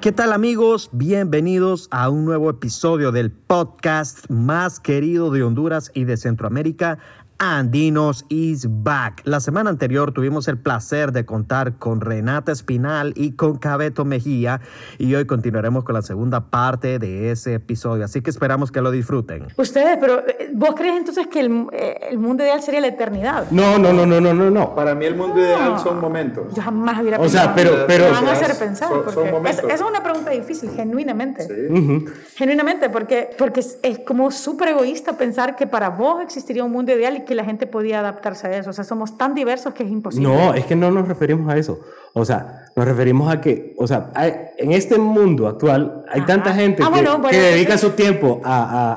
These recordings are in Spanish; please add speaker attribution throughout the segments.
Speaker 1: ¿Qué tal amigos? Bienvenidos a un nuevo episodio del podcast más querido de Honduras y de Centroamérica. Andinos is back. La semana anterior tuvimos el placer de contar con Renata Espinal y con Cabeto Mejía y hoy continuaremos con la segunda parte de ese episodio, así que esperamos que lo disfruten.
Speaker 2: Ustedes, pero eh, ¿vos crees entonces que el, eh, el mundo ideal sería la eternidad?
Speaker 3: No, no, no, no, no, no, no.
Speaker 4: Para mí el mundo ideal son momentos.
Speaker 2: Yo jamás hubiera
Speaker 3: O sea,
Speaker 2: pensado.
Speaker 3: pero, pero,
Speaker 2: Me van a
Speaker 4: o sea,
Speaker 2: hacer pensar.
Speaker 4: son-
Speaker 2: porque
Speaker 4: son
Speaker 2: es,
Speaker 4: momentos.
Speaker 2: esa es una pregunta difícil, genuinamente.
Speaker 4: Sí.
Speaker 2: Genuinamente, porque, porque es, es como súper egoísta pensar que para vos existiría un mundo ideal y que la gente podía adaptarse a eso. O sea, somos tan diversos que es imposible.
Speaker 3: no, es que no nos referimos a eso. O sea, nos referimos a que, o sea, hay- en este mundo actual hay
Speaker 2: Ajá.
Speaker 3: tanta gente
Speaker 2: Ah,
Speaker 3: que,
Speaker 2: bueno, bueno,
Speaker 3: que dedica
Speaker 2: entonces-
Speaker 3: su tiempo a, a-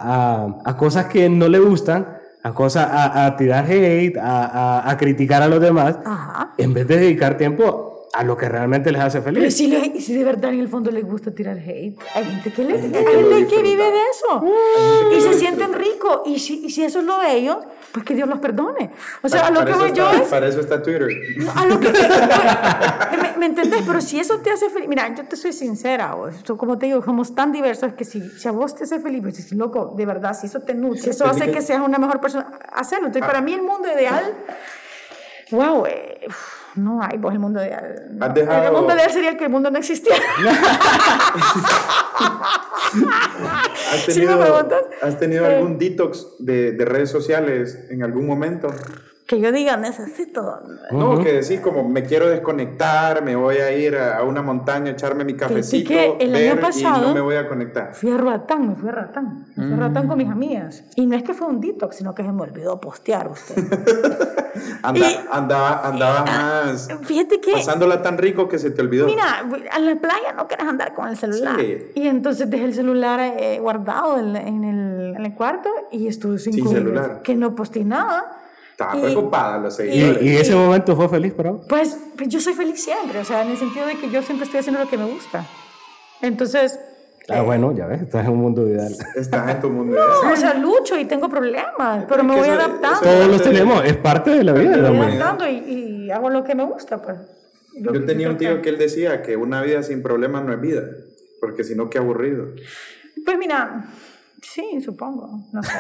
Speaker 3: a- a cosas que no le gustan, a cosas, a, a tirar hate, a, a- a criticar a los demás,
Speaker 2: Ajá.
Speaker 3: en vez de dedicar tiempo a lo que realmente les hace
Speaker 2: Pero ¿y
Speaker 3: feliz.
Speaker 2: si, le- y si de verdad en el fondo les gusta tirar hate, hay gente que, le, hay
Speaker 4: gente que lo
Speaker 2: gente que
Speaker 4: disfruta.
Speaker 2: vive de eso y
Speaker 4: que
Speaker 2: se
Speaker 4: lo
Speaker 2: sienten
Speaker 4: disfruta.
Speaker 2: ricos. Y si, y si eso es lo de ellos, pues que Dios los perdone. O sea,
Speaker 4: Para-
Speaker 2: a lo
Speaker 4: para
Speaker 2: que
Speaker 4: eso
Speaker 2: voy yo
Speaker 4: está-
Speaker 2: es.
Speaker 4: Para eso está Twitter.
Speaker 2: a lo que- ¿Me, me entendés? Pero si eso te hace feliz, mira, yo te soy sincera, vos. Yo, como te digo, somos tan diversos que si, si a vos te hace feliz, pues, loco, de verdad, si eso te nutre, si eso
Speaker 4: Tiene
Speaker 2: hace
Speaker 4: que-
Speaker 2: que seas una mejor persona, hacelo. Entonces, para mí el mundo ideal, wow, eh, uf, no hay, vos el mundo ideal. no.
Speaker 4: Has dejado-
Speaker 2: El mundo ideal sería que el mundo no existiera.
Speaker 4: ¿Has
Speaker 2: Sí,
Speaker 4: tenido,
Speaker 2: me preguntas.
Speaker 4: ¿has tenido
Speaker 2: Eh.
Speaker 4: algún detox de, de redes sociales en algún momento?
Speaker 2: que yo diga, necesito.
Speaker 4: No, que decís como me quiero desconectar, me voy a ir a, a una montaña, a echarme mi cafecito,
Speaker 2: que el año
Speaker 4: ver y
Speaker 2: pasado-
Speaker 4: no me voy a conectar.
Speaker 2: Fui a Roatán, me fui a Roatán. Me fui a Roatán
Speaker 4: Mm.
Speaker 2: con mis amigas. Y no es que fue un detox, sino que se me olvidó postear usted.
Speaker 4: Anda,
Speaker 2: Y-
Speaker 4: andaba, andaba más
Speaker 2: eh, ah, Fíjate que.
Speaker 4: pasándola tan rico que se te olvidó.
Speaker 2: Mira, a la playa no quieres andar con el celular.
Speaker 4: Sí.
Speaker 2: Y entonces dejé el celular eh, guardado en, en el, en el cuarto y estuve cinco
Speaker 4: Sin
Speaker 2: días
Speaker 4: celular.
Speaker 2: que no posteé nada.
Speaker 4: Estaba
Speaker 2: Y-
Speaker 4: preocupada los
Speaker 3: Y,
Speaker 2: eh,
Speaker 4: seguidores.
Speaker 3: y ese momento fue feliz para vos.
Speaker 2: Pues, pues yo soy feliz siempre, o sea, en el sentido de que yo siempre estoy haciendo lo que me gusta. Entonces,
Speaker 3: Ah, bueno, ya ves, estás en un mundo ideal.
Speaker 4: Estás en tu mundo.
Speaker 2: no, o sea, lucho y tengo problemas, pero me
Speaker 4: que
Speaker 2: voy
Speaker 4: eso-
Speaker 2: adaptando.
Speaker 4: eso-
Speaker 3: Todos los tenemos, es parte de la vida
Speaker 2: me voy
Speaker 3: también.
Speaker 2: adaptando y, y hago lo que me gusta, pues. Yo,
Speaker 4: Yo tenía un
Speaker 2: creo
Speaker 4: tío que él decía que una vida sin problemas no es vida, porque si no, qué aburrido.
Speaker 2: Pues mira, sí, supongo, no sé.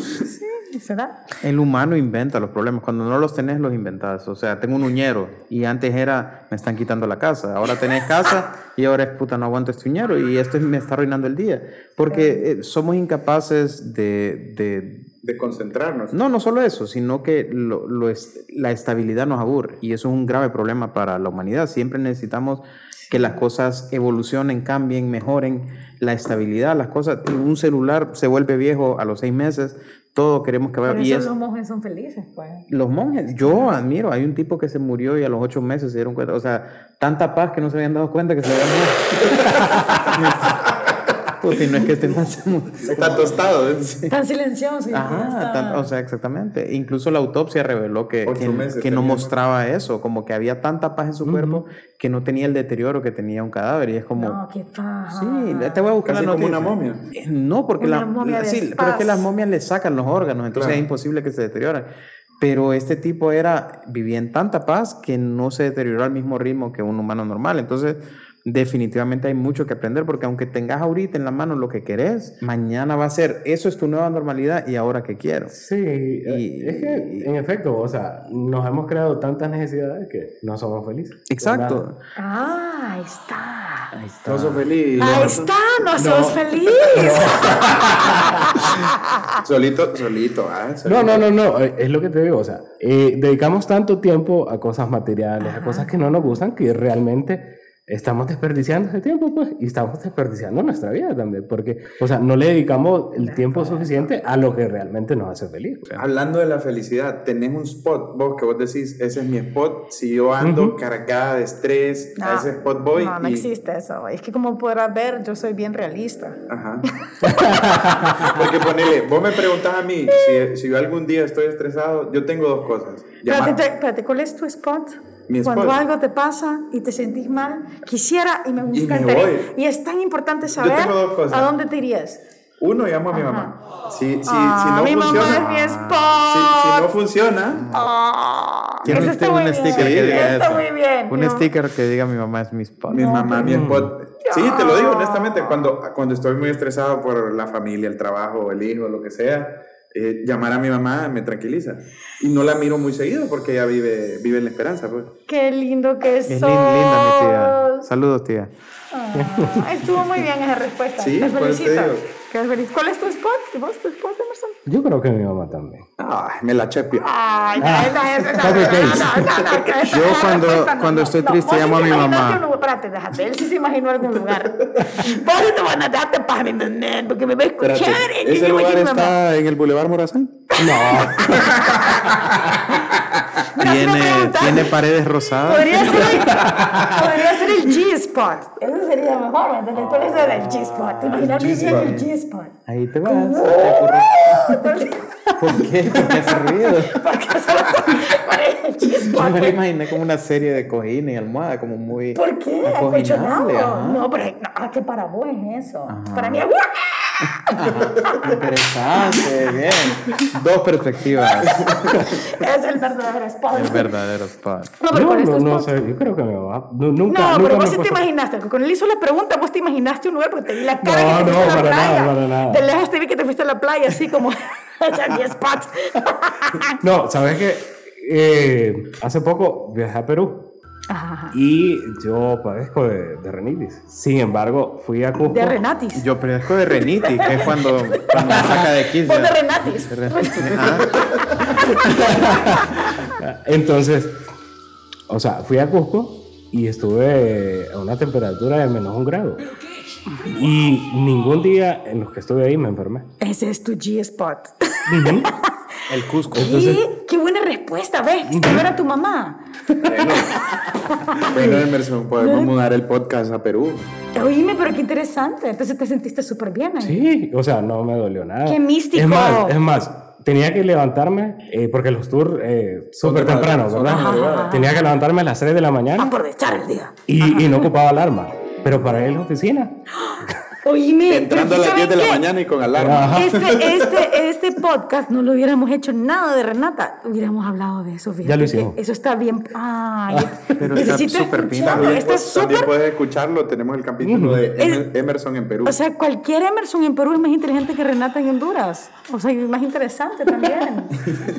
Speaker 2: sí, será.
Speaker 5: El humano inventa los problemas. Cuando no los tenés, los inventás. O sea, tengo un uñero y antes era, me están quitando la casa. Ahora tenés casa y ahora es puta, no aguanto este uñero y esto me está arruinando el día. Porque eh, somos incapaces de, de-
Speaker 4: De concentrarnos.
Speaker 5: No, no solo eso, sino que lo- lo es- la estabilidad nos aburre y eso es un grave problema para la humanidad. Siempre necesitamos que las cosas evolucionen, cambien, mejoren la estabilidad, las cosas. Un celular se vuelve viejo a los seis meses. Todo queremos que
Speaker 2: Por
Speaker 5: vaya. y
Speaker 2: eso
Speaker 5: es-
Speaker 2: los monjes son felices, pues.
Speaker 5: los monjes, yo admiro, hay un tipo que se murió y a los ocho meses se dieron cuenta, o sea, tanta paz que no se habían dado cuenta que se habían muerto. Pues si no es que estén tan...
Speaker 4: Está tostado. ¿eh?
Speaker 2: Tan silenciosos. y tan-
Speaker 5: Ajá, tan- o sea, exactamente. Incluso la autopsia reveló que,
Speaker 4: Ocho
Speaker 5: que,
Speaker 4: meses
Speaker 5: que no
Speaker 4: tenía.
Speaker 5: mostraba eso, como que había tanta paz en su cuerpo que no tenía el deterioro que tenía un cadáver y es como...
Speaker 2: No, ah. qué paja.
Speaker 5: Sí, te voy a buscar
Speaker 4: Casi
Speaker 5: la
Speaker 4: como una
Speaker 5: noticia.
Speaker 4: momia.
Speaker 5: Eh, No, porque
Speaker 2: Una
Speaker 5: la-
Speaker 2: momia
Speaker 5: la-
Speaker 2: de
Speaker 5: sí, pero es que
Speaker 2: paz.
Speaker 5: las momias le sacan los órganos, entonces
Speaker 4: Claro.
Speaker 5: es imposible que se deterioren. Pero este tipo era, vivía en tanta paz que no se deterioró al mismo ritmo que un humano normal. Entonces, definitivamente hay mucho que aprender, porque aunque tengas ahorita en la mano lo que querés, mañana va a ser, eso es tu nueva normalidad y ahora que quiero.
Speaker 3: Sí, eh, es que en efecto, o sea, nos hemos creado tantas necesidades que no somos felices.
Speaker 5: Exacto.
Speaker 2: Ah, ahí está. Ahí
Speaker 4: No soy feliz.
Speaker 2: está, no, sos feliz.
Speaker 4: Solito, solito. ah,
Speaker 3: No,
Speaker 4: solito.
Speaker 3: no, no, no, eh, es lo que te digo, o sea, eh, dedicamos tanto tiempo a cosas materiales, a cosas que no nos gustan, que realmente estamos desperdiciando ese tiempo, pues, y estamos desperdiciando nuestra vida también, porque, o sea, no le dedicamos el tiempo suficiente a lo que realmente nos hace feliz. pues.
Speaker 4: Hablando de la felicidad, tenés un spot, vos que vos decís, ese es mi spot. Si yo ando cargada de estrés, a
Speaker 2: No,
Speaker 4: ese spot voy.
Speaker 2: Ah, No, no
Speaker 4: y-
Speaker 2: existe eso. güey. Es que como podrás ver, yo soy bien realista.
Speaker 4: Ajá. Porque ponele, vos me preguntás a mí si, si yo algún día estoy estresado, yo tengo dos cosas.
Speaker 2: Espérate,
Speaker 4: Llamar-
Speaker 2: te- espérate, ¿cuál es tu spot?
Speaker 4: Mi
Speaker 2: Cuando
Speaker 4: spot.
Speaker 2: algo te pasa y te sentís mal, quisiera y me
Speaker 4: me
Speaker 2: encantaría.
Speaker 4: voy.
Speaker 2: Y, es tan importante saber
Speaker 4: tengo dos cosas.
Speaker 2: a dónde te irías.
Speaker 4: Uno, llamo a mi
Speaker 2: Ajá.
Speaker 4: mamá. Si, si, si
Speaker 2: Ah,
Speaker 4: no
Speaker 2: mi
Speaker 4: funciona,
Speaker 2: mamá es mi spot.
Speaker 4: si, si no funciona,
Speaker 2: Ah.
Speaker 5: Quiero
Speaker 2: Eso
Speaker 5: un
Speaker 2: está
Speaker 5: sti-
Speaker 2: muy
Speaker 5: un
Speaker 2: bien.
Speaker 5: sticker que
Speaker 4: Sí,
Speaker 5: diga
Speaker 2: está
Speaker 5: eso.
Speaker 2: muy bien.
Speaker 5: Un
Speaker 2: No.
Speaker 5: sticker que diga mi mamá es mi
Speaker 2: Oh,
Speaker 4: Mi
Speaker 5: padre.
Speaker 4: mamá, mi
Speaker 5: Mm.
Speaker 4: esposa. Sí, te lo digo honestamente, cuando, cuando estoy muy estresado por la familia, el trabajo, el hijo, lo que sea, eh, llamar a mi mamá me tranquiliza. Y no la miro muy seguido porque ella vive, vive en la esperanza. Pues.
Speaker 2: Qué lindo que
Speaker 5: Es
Speaker 2: sos.
Speaker 5: linda, linda mi tía. Saludos, tía.
Speaker 2: Ah, estuvo muy bien esa respuesta.
Speaker 4: Sí,
Speaker 2: te
Speaker 4: por eso te
Speaker 2: felicito.
Speaker 4: digo.
Speaker 2: Qué feliz. ¿Cuál es tu spot? ¿Vos tu spot, Emerson?
Speaker 3: Yo creo que mi mamá también.
Speaker 4: Ay, me la chepio.
Speaker 2: Ah, Ay, no,
Speaker 5: Ah,
Speaker 2: no, no, no, no, no, no, que esa
Speaker 5: Yo
Speaker 2: es la
Speaker 5: cuando-
Speaker 2: respuesta, no,
Speaker 5: cuando
Speaker 2: no,
Speaker 5: estoy
Speaker 2: no.
Speaker 5: triste
Speaker 2: Vos sí
Speaker 5: llamo a
Speaker 2: te
Speaker 5: mi
Speaker 2: imaginaste
Speaker 5: mamá.
Speaker 2: un lugar- Espérate, déjate, él sí se imaginó algún lugar. Vos sí te van a darte para entender, porque me va a escuchar. y yo
Speaker 4: ¿Ese
Speaker 2: voy a
Speaker 4: lugar
Speaker 2: decir, mamá,
Speaker 4: está en el Boulevard Morazán?
Speaker 2: mira, si me
Speaker 5: Tiene,
Speaker 2: preguntas,
Speaker 5: tiene paredes rosadas.
Speaker 2: Podría ser, el, podría ser el G-Spot. Eso sería mejor, ¿me ¿entendés? Por eso era el G-Spot. ¿Te imaginas vivir en el G-Spot?
Speaker 5: Ahí te vas. ¿Por qué? ¿Por qué has ruido?
Speaker 2: Porque solo sabía el
Speaker 5: Yo me lo
Speaker 2: G-Spot.
Speaker 5: imaginé como una serie de cojines y almohadas, como muy.
Speaker 2: ¿Por qué?
Speaker 5: acoginable,
Speaker 2: Acolchonado.
Speaker 5: ajá.
Speaker 2: No, pero no, ah, que para vos es eso. Para mí es ¡guau!
Speaker 5: Interesante, bien. Dos perspectivas.
Speaker 2: Es el verdadero spot.
Speaker 5: El verdadero spot.
Speaker 2: No, pero
Speaker 3: Yo
Speaker 2: ¿cuál es
Speaker 3: no,
Speaker 2: tu
Speaker 3: no
Speaker 2: spot?
Speaker 3: sé, yo creo que mi mamá. nu- nunca,
Speaker 2: No,
Speaker 3: nunca
Speaker 2: pero
Speaker 3: me
Speaker 2: vos
Speaker 3: he
Speaker 2: sí te
Speaker 3: puesto-
Speaker 2: imaginaste. Cuando él hizo la pregunta, vos te imaginaste un lugar porque te vi la cara
Speaker 3: No,
Speaker 2: que te
Speaker 3: no,
Speaker 2: fuiste a la
Speaker 3: para nada,
Speaker 2: playa.
Speaker 3: para nada.
Speaker 2: De lejos te vi que te fuiste a la playa, así como. Ya ni spot.
Speaker 3: No, sabes que hace poco viajé a Perú
Speaker 2: Ajá.
Speaker 3: y yo padezco de, de renitis. Sin embargo, fui a Cusco.
Speaker 2: De Renatis.
Speaker 5: Yo perezco de renitis, que es cuando, cuando me saca de quicio.
Speaker 2: Vos de Renatis.
Speaker 5: Ah,
Speaker 3: Entonces, o sea, fui a Cusco y estuve a una temperatura de menos un grado. Y ningún día en los que estuve ahí me enfermé.
Speaker 2: Ese es tu G-Spot.
Speaker 5: el Cusco.
Speaker 2: ¿Qué? Qué buena respuesta, ¿ves? No era tu mamá.
Speaker 4: Bueno, bueno, Emerson,
Speaker 2: ¿Eh?
Speaker 4: podemos mudar el podcast a Perú.
Speaker 2: Oíme, pero qué interesante. Entonces te sentiste súper bien. ahí.
Speaker 3: Sí, o sea, no me dolió nada.
Speaker 2: ¡Qué místico!
Speaker 3: Es más, es más, tenía que levantarme eh, porque los tours eh, súper
Speaker 4: de madrugada,
Speaker 3: temprano,
Speaker 4: son de
Speaker 3: ¿verdad?
Speaker 4: madrugada.
Speaker 3: Tenía que levantarme a las 3 de la mañana
Speaker 2: Aprovechar el día.
Speaker 3: y, y no ocupaba alarma. Pero para ir a la oficina.
Speaker 2: Oíme.
Speaker 4: Entrando a
Speaker 2: pero
Speaker 4: las 10 de la
Speaker 2: ¿saben qué?
Speaker 4: mañana y con alarma.
Speaker 3: Ajá.
Speaker 2: Este, este, este podcast no lo hubiéramos hecho nada de Renata. Hubiéramos hablado de eso. fíjate
Speaker 3: Ya lo
Speaker 2: que
Speaker 3: hicimos.
Speaker 2: Eso está bien. Ay,
Speaker 4: Ah,
Speaker 5: Pero está
Speaker 2: necesito
Speaker 5: súper bien.
Speaker 2: escucharlo.
Speaker 4: También,
Speaker 2: Está
Speaker 4: pu- también
Speaker 2: súper.
Speaker 4: puedes escucharlo. Tenemos el capítulo de Emer- Emerson en Perú.
Speaker 2: O sea, cualquier Emerson en Perú es más inteligente que Renata en Honduras. O sea, y más interesante también.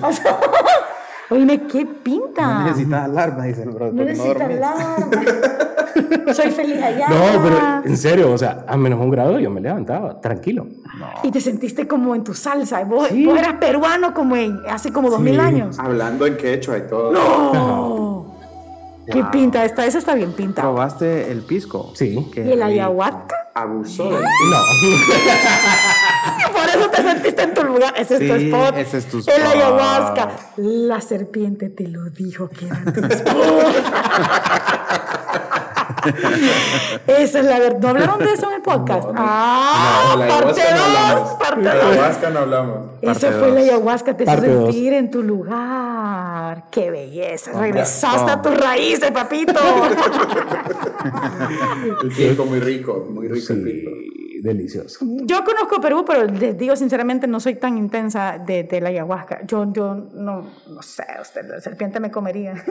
Speaker 2: O sea, oíme, qué pinta.
Speaker 5: Necesitas alarma, dice el brother.
Speaker 2: No necesita alarma. Soy feliz allá.
Speaker 3: No, pero en serio, o sea, a menos un grado yo me levantaba, tranquilo.
Speaker 2: Y te sentiste como en tu salsa. Vos, vos eras peruano como en, hace como dos mil
Speaker 5: Ah.
Speaker 2: años.
Speaker 4: Hablando en quechua y todo.
Speaker 2: ¡Oh! ¡Qué pinta esta! Esa está bien pinta.
Speaker 5: ¿Probaste el pisco?
Speaker 3: Sí.
Speaker 5: Qué
Speaker 2: ¿Y el
Speaker 5: rico.
Speaker 2: ayahuasca?
Speaker 4: Abusó.
Speaker 3: No.
Speaker 2: Por eso te sentiste en tu lugar. Ese es tu
Speaker 5: Sí,
Speaker 2: spot.
Speaker 5: ese es tu
Speaker 2: El
Speaker 5: spot.
Speaker 2: ayahuasca. La serpiente te lo dijo que era tu spot. Esa es la verdad. ¿No hablaron de eso en el podcast? ¡Ah!
Speaker 4: la
Speaker 2: parte
Speaker 4: ayahuasca no
Speaker 2: dos,
Speaker 4: hablamos.
Speaker 2: parte
Speaker 4: De
Speaker 2: dos.
Speaker 4: ayahuasca no hablamos.
Speaker 2: Esa fue la ayahuasca, te hizo
Speaker 3: Parte dos.
Speaker 2: sentir en tu lugar. ¡Qué belleza! Regresaste a tus raíces, papito.
Speaker 4: El pico muy rico, muy rico el pico.
Speaker 3: Sí, delicioso.
Speaker 2: Yo conozco Perú, pero les digo sinceramente, no soy tan intensa de, de la ayahuasca. Yo, yo no, no sé, usted, la serpiente me comería.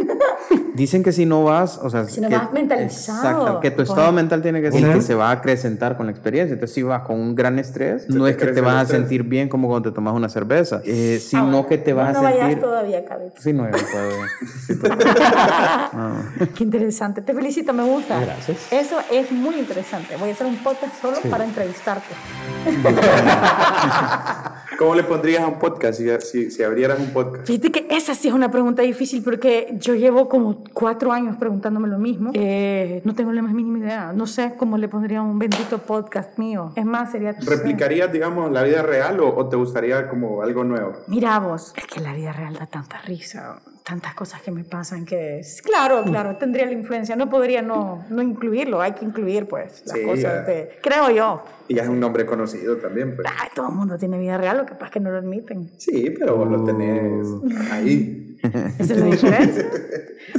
Speaker 5: Dicen que si no vas, o sea,
Speaker 2: Si no
Speaker 5: que-
Speaker 2: vas mentalizado.
Speaker 5: Exacto, que tu
Speaker 2: Pues-
Speaker 5: estado mental tiene que ser
Speaker 3: Ujú.
Speaker 5: que se va a acrecentar con la experiencia. Entonces, si vas con un gran estrés, no
Speaker 4: te
Speaker 5: es que te
Speaker 4: crece el
Speaker 5: vas a
Speaker 4: estrés.
Speaker 5: sentir bien como cuando te tomas una cerveza, eh, sino que te vas
Speaker 2: Ah, no
Speaker 5: a sentir.
Speaker 2: vayas todavía, cabeza.
Speaker 5: Sí, no, yo no puedo.
Speaker 2: Qué interesante. Te felicito, me gusta.
Speaker 3: Gracias.
Speaker 2: Eso es muy interesante. Voy a hacer un podcast solo para entrevistarte.
Speaker 4: ¿Cómo le pondrías a un podcast si, si, si abrieras un podcast?
Speaker 2: Fíjate que esa sí es una pregunta difícil porque yo llevo como cuatro años preguntándome lo mismo. Eh, no tengo la más mínima idea. No sé cómo le pondría un bendito podcast mío. Es más, sería...
Speaker 4: ¿Replicarías, digamos, la vida real o, o te gustaría como algo nuevo?
Speaker 2: Mira vos, es que la vida real da tanta risa, tantas cosas que me pasan que es... Claro,
Speaker 4: Mm.
Speaker 2: claro, tendría la influencia. No podría no, no incluirlo. Hay que incluir, pues, las
Speaker 4: Sí,
Speaker 2: cosas
Speaker 4: ya.
Speaker 2: de... Creo yo.
Speaker 4: Y ya es un nombre conocido también, pues.
Speaker 2: Ay, todo el mundo tiene vida real, lo que pasa es que no lo admiten.
Speaker 4: Sí, pero vos lo tenés ahí.
Speaker 2: Esa es la diferencia.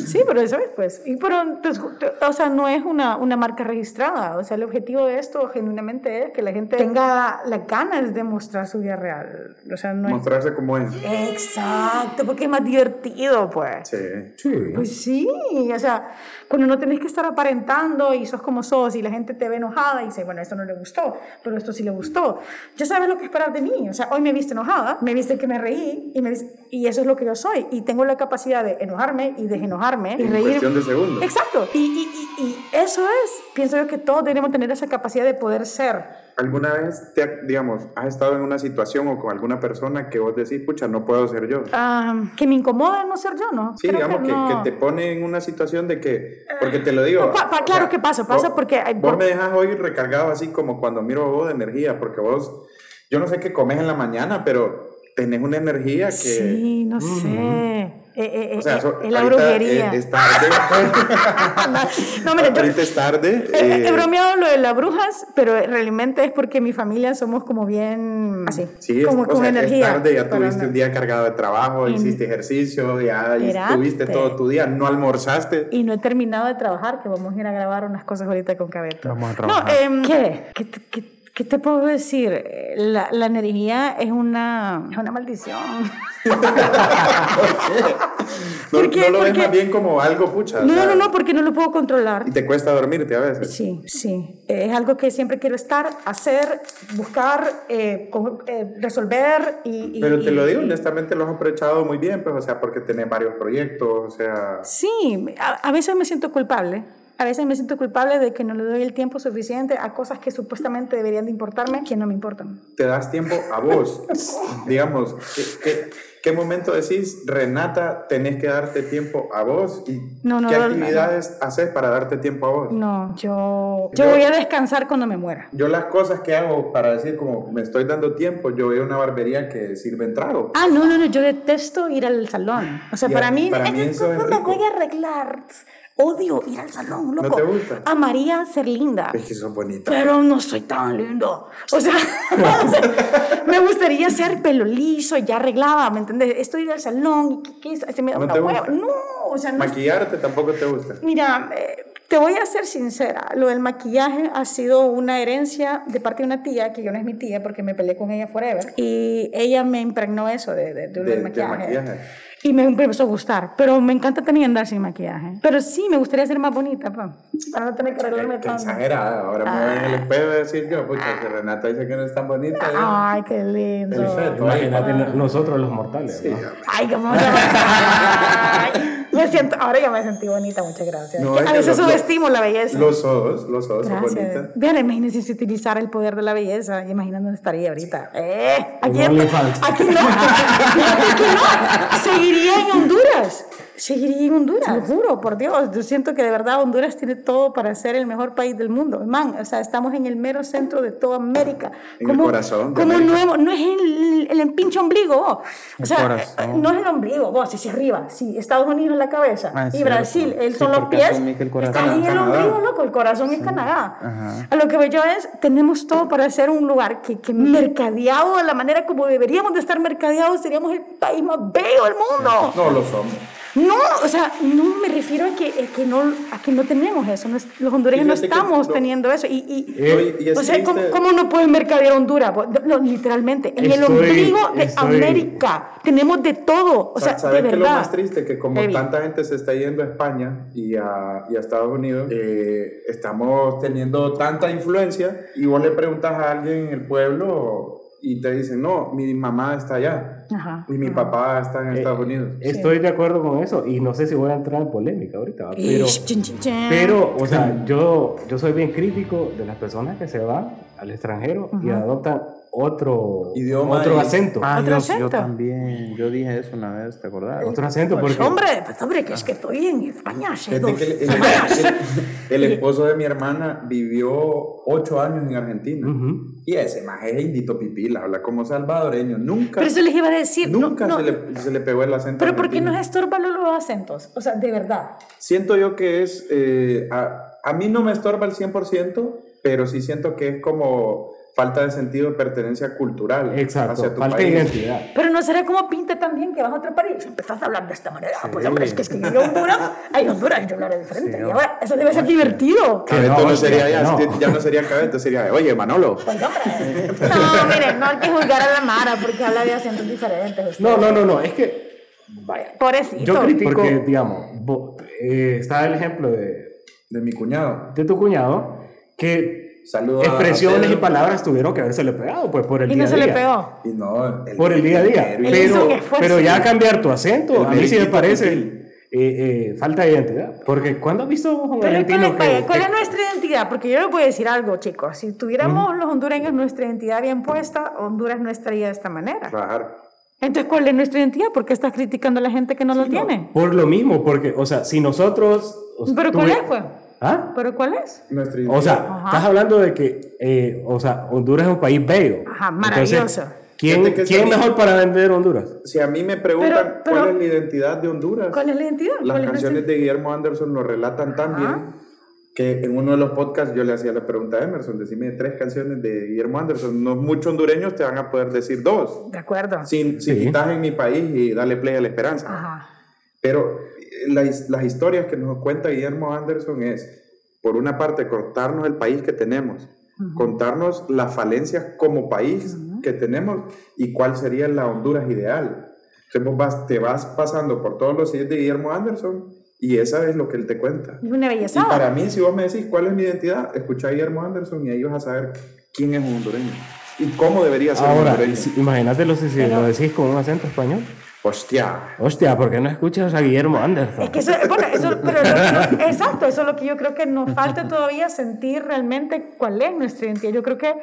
Speaker 2: Sí, pero eso es, pues. Y, pero, entonces, o sea, no es una, una marca registrada. O sea, el objetivo de esto genuinamente es que la gente tenga las ganas de mostrar su vida real. O sea, no es-
Speaker 4: Mostrarse como es.
Speaker 2: Exacto, porque es más divertido, pues.
Speaker 4: Sí.
Speaker 3: Sí.
Speaker 2: Pues sí, o sea, cuando no tenés que estar aparentando y sos como sos y la gente te ve enojada y dice, bueno, esto no le gustó, pero esto sí le gustó. Ya sabes lo que esperar de mí, o sea, hoy me viste enojada, me viste que me reí y, me viste- y eso es lo que yo soy y tengo la capacidad de enojarme y desenojarme y
Speaker 4: En
Speaker 2: reír.
Speaker 4: cuestión de segundos.
Speaker 2: Exacto, y, y- y- y eso es, pienso yo que todos debemos tener esa capacidad de poder ser.
Speaker 4: ¿Alguna vez, te, ha- digamos, has estado en una situación o con alguna persona que vos decís, pucha, no puedo ser yo?
Speaker 2: Ah, que me incomoda no ser yo, ¿no?
Speaker 4: Sí,
Speaker 2: Creo
Speaker 4: digamos que,
Speaker 2: no.
Speaker 4: que te pone en una situación de que, porque te lo digo.
Speaker 2: No, pa- pa-
Speaker 4: o
Speaker 2: claro que pasa, pasa
Speaker 4: vos-
Speaker 2: porque hay-
Speaker 4: Vos
Speaker 2: por-
Speaker 4: me dejas hoy recargado así como cuando miro a vos de energía, porque vos, yo no sé qué comes en la mañana, pero tenés una energía que...
Speaker 2: Sí, no sé. Eh, eh, eh,
Speaker 4: O sea,
Speaker 2: eh,
Speaker 4: so-
Speaker 2: es la
Speaker 4: ahorita,
Speaker 2: brujería.
Speaker 4: eh, es tarde.
Speaker 2: Ah, no, mira, yo
Speaker 4: ahorita es tarde.
Speaker 2: he, he
Speaker 4: eh,
Speaker 2: bromeado lo de las brujas, pero realmente es porque mi familia somos como bien así,
Speaker 4: Sí, es-
Speaker 2: como
Speaker 4: o
Speaker 2: con
Speaker 4: sea, es
Speaker 2: energía.
Speaker 4: tarde, ya
Speaker 2: pero
Speaker 4: tuviste
Speaker 2: no.
Speaker 4: un día cargado de trabajo,
Speaker 2: Y-
Speaker 4: hiciste ejercicio, ya
Speaker 2: Espérate.
Speaker 4: tuviste todo tu día, no almorzaste.
Speaker 2: Y no he terminado de trabajar, que vamos a ir a grabar unas cosas ahorita con Cabeto.
Speaker 5: Vamos a
Speaker 2: No,
Speaker 5: trabajar.
Speaker 2: em, ¿qué? ¿Qué, te- qué- qué te puedo decir? Eh, La, la energía es una, es una maldición.
Speaker 4: No,
Speaker 2: ¿Por qué?
Speaker 4: no lo ves
Speaker 2: Porque-
Speaker 4: más bien como algo, pucha. o
Speaker 2: No,
Speaker 4: sea,
Speaker 2: no, no, porque no lo puedo controlar.
Speaker 4: Y te cuesta dormirte a veces.
Speaker 2: Sí, sí. Es algo que siempre quiero estar, hacer, buscar, eh, co- eh, resolver y, y-
Speaker 4: Pero te
Speaker 2: y-
Speaker 4: lo digo,
Speaker 2: y-
Speaker 4: honestamente lo has aprovechado muy bien, pues, o sea, porque tenés varios proyectos, o sea,
Speaker 2: Sí, a, a veces me siento culpable. A veces me siento culpable de que no le doy el tiempo suficiente a cosas que supuestamente deberían de importarme, que no me importan.
Speaker 4: te das tiempo a vos. Digamos, ¿qué, qué, qué momento decís, Renata, tenés que darte tiempo a vos? ¿Y
Speaker 2: No, no,
Speaker 4: qué
Speaker 2: no, no.
Speaker 4: actividades haces para darte tiempo a vos?
Speaker 2: No, yo, yo voy a descansar cuando me muera.
Speaker 4: Yo las cosas que hago para decir como me estoy dando tiempo, yo veo una barbería que sirve en trago.
Speaker 2: Ah, no, no, no, yo detesto ir al salón. O sea,
Speaker 4: Y a-
Speaker 2: para mí,
Speaker 4: para mí
Speaker 2: "Ay,
Speaker 4: eso es
Speaker 2: ¿cómo me
Speaker 4: rico".
Speaker 2: voy a arreglar? Odio ir al salón,
Speaker 4: ¿No
Speaker 2: loco.
Speaker 4: te gusta?
Speaker 2: Amaría ser linda.
Speaker 4: Es que son bonitas.
Speaker 2: Pero no soy tan lindo. O sea, o sea, me gustaría ser pelo liso, ya arreglaba, ¿me entiendes? Estoy del salón y qué, qué- se me da
Speaker 4: ¿No
Speaker 2: una
Speaker 4: te
Speaker 2: hueva.
Speaker 4: gusta?
Speaker 2: No, o sea, no.
Speaker 4: Maquillarte tampoco te gusta.
Speaker 2: Mira, eh, te voy a ser sincera. Lo del maquillaje ha sido una herencia de parte de una tía, que yo no es mi tía porque me peleé con ella forever. Y ella me impregnó eso de, de, de lo
Speaker 4: De-
Speaker 2: del
Speaker 4: del maquillaje.
Speaker 2: Y me empezó a gustar. Pero me encanta también andar sin maquillaje. Pero sí, me gustaría ser más bonita, pa, para no tener que arreglarme
Speaker 4: Qué qué
Speaker 2: tanto.
Speaker 4: exagerada. Ahora me voy en
Speaker 2: Ah.
Speaker 4: el espejo a decir yo, pucha, si Renata dice que no es tan bonita. yo-
Speaker 2: Ay, qué lindo.
Speaker 4: El feto.
Speaker 3: Imagínate no- nosotros los mortales. ¿no?
Speaker 2: Ay, cómo se va. Ay, me siento, ahora ya me sentí bonita, muchas gracias.
Speaker 4: No,
Speaker 2: Que
Speaker 4: es
Speaker 2: a
Speaker 4: que
Speaker 2: veces
Speaker 4: los-
Speaker 2: subestimo la belleza.
Speaker 4: Los ojos, los ojos son
Speaker 2: gracias.
Speaker 4: bonitas.
Speaker 2: Vean, imagínense si utilizara el poder de la belleza. Imagina dónde estaría ahorita. Eh, aquí,
Speaker 3: En
Speaker 2: estoy-
Speaker 3: OnlyFans.
Speaker 2: aquí no. Aquí no. Seguiría en Honduras. Seguiría en Honduras. Lo juro, por Dios. Yo siento que de verdad Honduras tiene todo para ser el mejor país del mundo. Man, o sea, estamos en el mero centro de toda América.
Speaker 4: En el corazón de
Speaker 2: Como
Speaker 4: América.
Speaker 2: nuevo, no es el, el empinche ombligo. vos. O sea,
Speaker 5: corazón.
Speaker 2: eh, no es el ombligo, vos, es arriba. Sí, Estados Unidos es la cabeza.
Speaker 5: Ah, es
Speaker 2: y
Speaker 5: cierto.
Speaker 2: Brasil, él
Speaker 5: Sí,
Speaker 2: son los
Speaker 5: porque
Speaker 2: pies.
Speaker 5: asumí que el corazón
Speaker 2: Está ahí
Speaker 4: era
Speaker 2: el
Speaker 4: Canadá.
Speaker 2: ombligo, loco, el corazón es Canadá. A lo que veo yo es, tenemos todo para ser un lugar que, que
Speaker 3: Mm.
Speaker 2: mercadeado de la manera como deberíamos de estar mercadeados, seríamos el país más bello del mundo.
Speaker 4: No lo somos.
Speaker 2: No, o sea, no me refiero a que, a que, no, a que no tenemos eso. no es- los hondureños no
Speaker 4: Fíjate que
Speaker 2: estamos
Speaker 4: no.
Speaker 2: teniendo eso. Y, y-
Speaker 4: Eh, y es
Speaker 2: o sea, ¿cómo,
Speaker 4: triste.
Speaker 2: cómo no pueden mercadear Honduras? Pues, no, literalmente, en el
Speaker 3: Estoy-
Speaker 2: ombligo de
Speaker 3: estoy-
Speaker 2: América tenemos de todo. O sea, de
Speaker 4: ¿Sabes qué es lo
Speaker 2: verdad.
Speaker 4: más triste? Que como
Speaker 2: Heavy.
Speaker 4: tanta gente se está yendo a España y a, y a Estados Unidos, eh, estamos teniendo tanta influencia y vos le preguntas a alguien en el pueblo y te dicen, no, mi mamá está allá
Speaker 2: Ajá.
Speaker 4: y mi papá está en Estados Unidos.
Speaker 3: Estoy de acuerdo con eso y no sé si voy a entrar en polémica ahorita, pero,
Speaker 2: Ish, chin, chin, chin.
Speaker 3: pero o sea, yo, yo soy bien crítico de las personas que se van al extranjero y adoptan otro,
Speaker 4: Idioma
Speaker 3: otro
Speaker 4: y-
Speaker 3: acento.
Speaker 5: Ah,
Speaker 2: ¿Otro
Speaker 5: yo,
Speaker 2: acento?
Speaker 5: yo también. Yo dije eso una vez, ¿te acordás?
Speaker 3: Otro acento porque...
Speaker 2: Hombre, pues, hombre, que es que estoy en España hace
Speaker 4: Fíjate
Speaker 2: dos Ah,
Speaker 4: que el, el-
Speaker 2: semanas.
Speaker 4: el- el esposo de mi hermana vivió ocho años en Argentina.
Speaker 3: Ujú.
Speaker 4: Y ese maje es indito pipila, habla como salvadoreño. Nunca,
Speaker 2: Pero eso les iba a decir. no,
Speaker 4: nunca
Speaker 2: no,
Speaker 4: se, le, se le pegó el acento.
Speaker 2: Pero ¿por qué
Speaker 4: argentino.
Speaker 2: nos estorban los acentos? O sea, de verdad.
Speaker 4: Siento yo que es, eh, a, a mí no me estorba el 100%, pero sí siento que es como falta de sentido de pertenencia cultural
Speaker 3: Exacto,
Speaker 4: hacia tu
Speaker 3: falta de
Speaker 4: país.
Speaker 3: identidad.
Speaker 2: Pero no será como pinta también que vas a otro país y empezás a hablar de esta manera. Pues hombre, es que es que yo Honduras, hay Honduras, yo hablaré diferente. y ahora, eso debe ser divertido.
Speaker 4: Cabeto
Speaker 3: Que no,
Speaker 4: no sería
Speaker 3: que
Speaker 4: ya,
Speaker 3: no.
Speaker 4: ya no sería Cabeto, sería, oye, Manolo.
Speaker 2: Pues, hombre. No, miren, no hay que juzgar a la Mara porque habla de acentos diferentes. usted.
Speaker 3: No, no, no, no, es que
Speaker 2: Pobrecito.
Speaker 3: yo critico... Porque,
Speaker 4: Porque,
Speaker 3: digamos, eh, está el ejemplo de,
Speaker 4: De mi cuñado.
Speaker 3: de tu cuñado que
Speaker 4: Saludos.
Speaker 3: expresiones y palabras tuvieron que haberse le pegado, pues, por el
Speaker 2: y
Speaker 3: día
Speaker 2: no
Speaker 3: a
Speaker 2: se
Speaker 3: día.
Speaker 2: le pegó.
Speaker 4: Y no,
Speaker 3: Por el día a día.
Speaker 4: Él
Speaker 2: hizo un
Speaker 3: Pero,
Speaker 2: esfuerzo.
Speaker 3: pero ya cambiar tu acento,
Speaker 4: El
Speaker 3: a mí sí me
Speaker 4: meritito
Speaker 3: parece
Speaker 4: sutil.
Speaker 3: eh, eh, falta de identidad. Porque cuando has visto vos a
Speaker 2: Pero
Speaker 3: un
Speaker 2: ¿cuál,
Speaker 3: argentino
Speaker 2: es-
Speaker 3: que...
Speaker 2: vaya, ¿cuál
Speaker 3: que-
Speaker 2: es nuestra identidad? Porque yo les voy a decir algo, chicos. Si tuviéramos los hondureños nuestra identidad bien puesta, Honduras no estaría de esta manera.
Speaker 4: Trabajar.
Speaker 2: Entonces, ¿cuál es nuestra identidad? ¿Por qué estás criticando a la gente que no la tiene?
Speaker 3: Por lo mismo, porque, o sea, si nosotros... o sea,
Speaker 2: ¿Pero
Speaker 3: tuvi-
Speaker 2: cuál es, pues?
Speaker 3: ¿Ah?
Speaker 2: ¿Pero cuál es?
Speaker 4: Nuestra
Speaker 3: O sea,
Speaker 2: Ajá.
Speaker 3: estás hablando de que, eh, o sea, Honduras es un país bello.
Speaker 2: Ajá, maravilloso.
Speaker 3: Entonces, ¿Quién,
Speaker 4: Fíjate que
Speaker 3: quién
Speaker 4: también-
Speaker 3: mejor para vender Honduras?
Speaker 4: si a mí me preguntan
Speaker 2: Pero- pero-
Speaker 4: cuál es la identidad de Honduras,
Speaker 2: ¿Cuál es la identidad?
Speaker 4: las
Speaker 2: ¿Cuál es nuestra-
Speaker 4: canciones de Guillermo Anderson lo relatan tan bien que en uno de los podcasts yo le hacía la pregunta a Emerson, decime tres canciones de Guillermo Anderson. No muchos hondureños te van a poder decir dos.
Speaker 2: De acuerdo.
Speaker 4: Si, si
Speaker 3: Sí.
Speaker 4: quitas en mi país y dale play a la esperanza.
Speaker 2: Ajá.
Speaker 4: Pero eh, la his- las historias que nos cuenta Guillermo Anderson es, por una parte, cortarnos el país que tenemos, contarnos las falencias como país que tenemos y cuál sería la Honduras ideal. Entonces vos vas, te vas pasando por todos los sitios de Guillermo Anderson y esa es lo que él te cuenta.
Speaker 2: Es una
Speaker 4: Y
Speaker 2: belleza.
Speaker 4: para mí, si vos me decís cuál es mi identidad, escucha a Guillermo Anderson y ahí vas a saber quién es un hondureño y cómo debería ser un
Speaker 3: Ahora,
Speaker 4: hondureño.
Speaker 3: si- imagínatelo si, si lo decís con un acento español.
Speaker 4: Hostia.
Speaker 3: Hostia, ¿por qué no escuchas a Guillermo Anderson?
Speaker 2: Es que eso, bueno, eso, pero lo que no- exacto, eso es lo que yo creo que nos falta todavía sentir realmente cuál es nuestra identidad. Yo creo que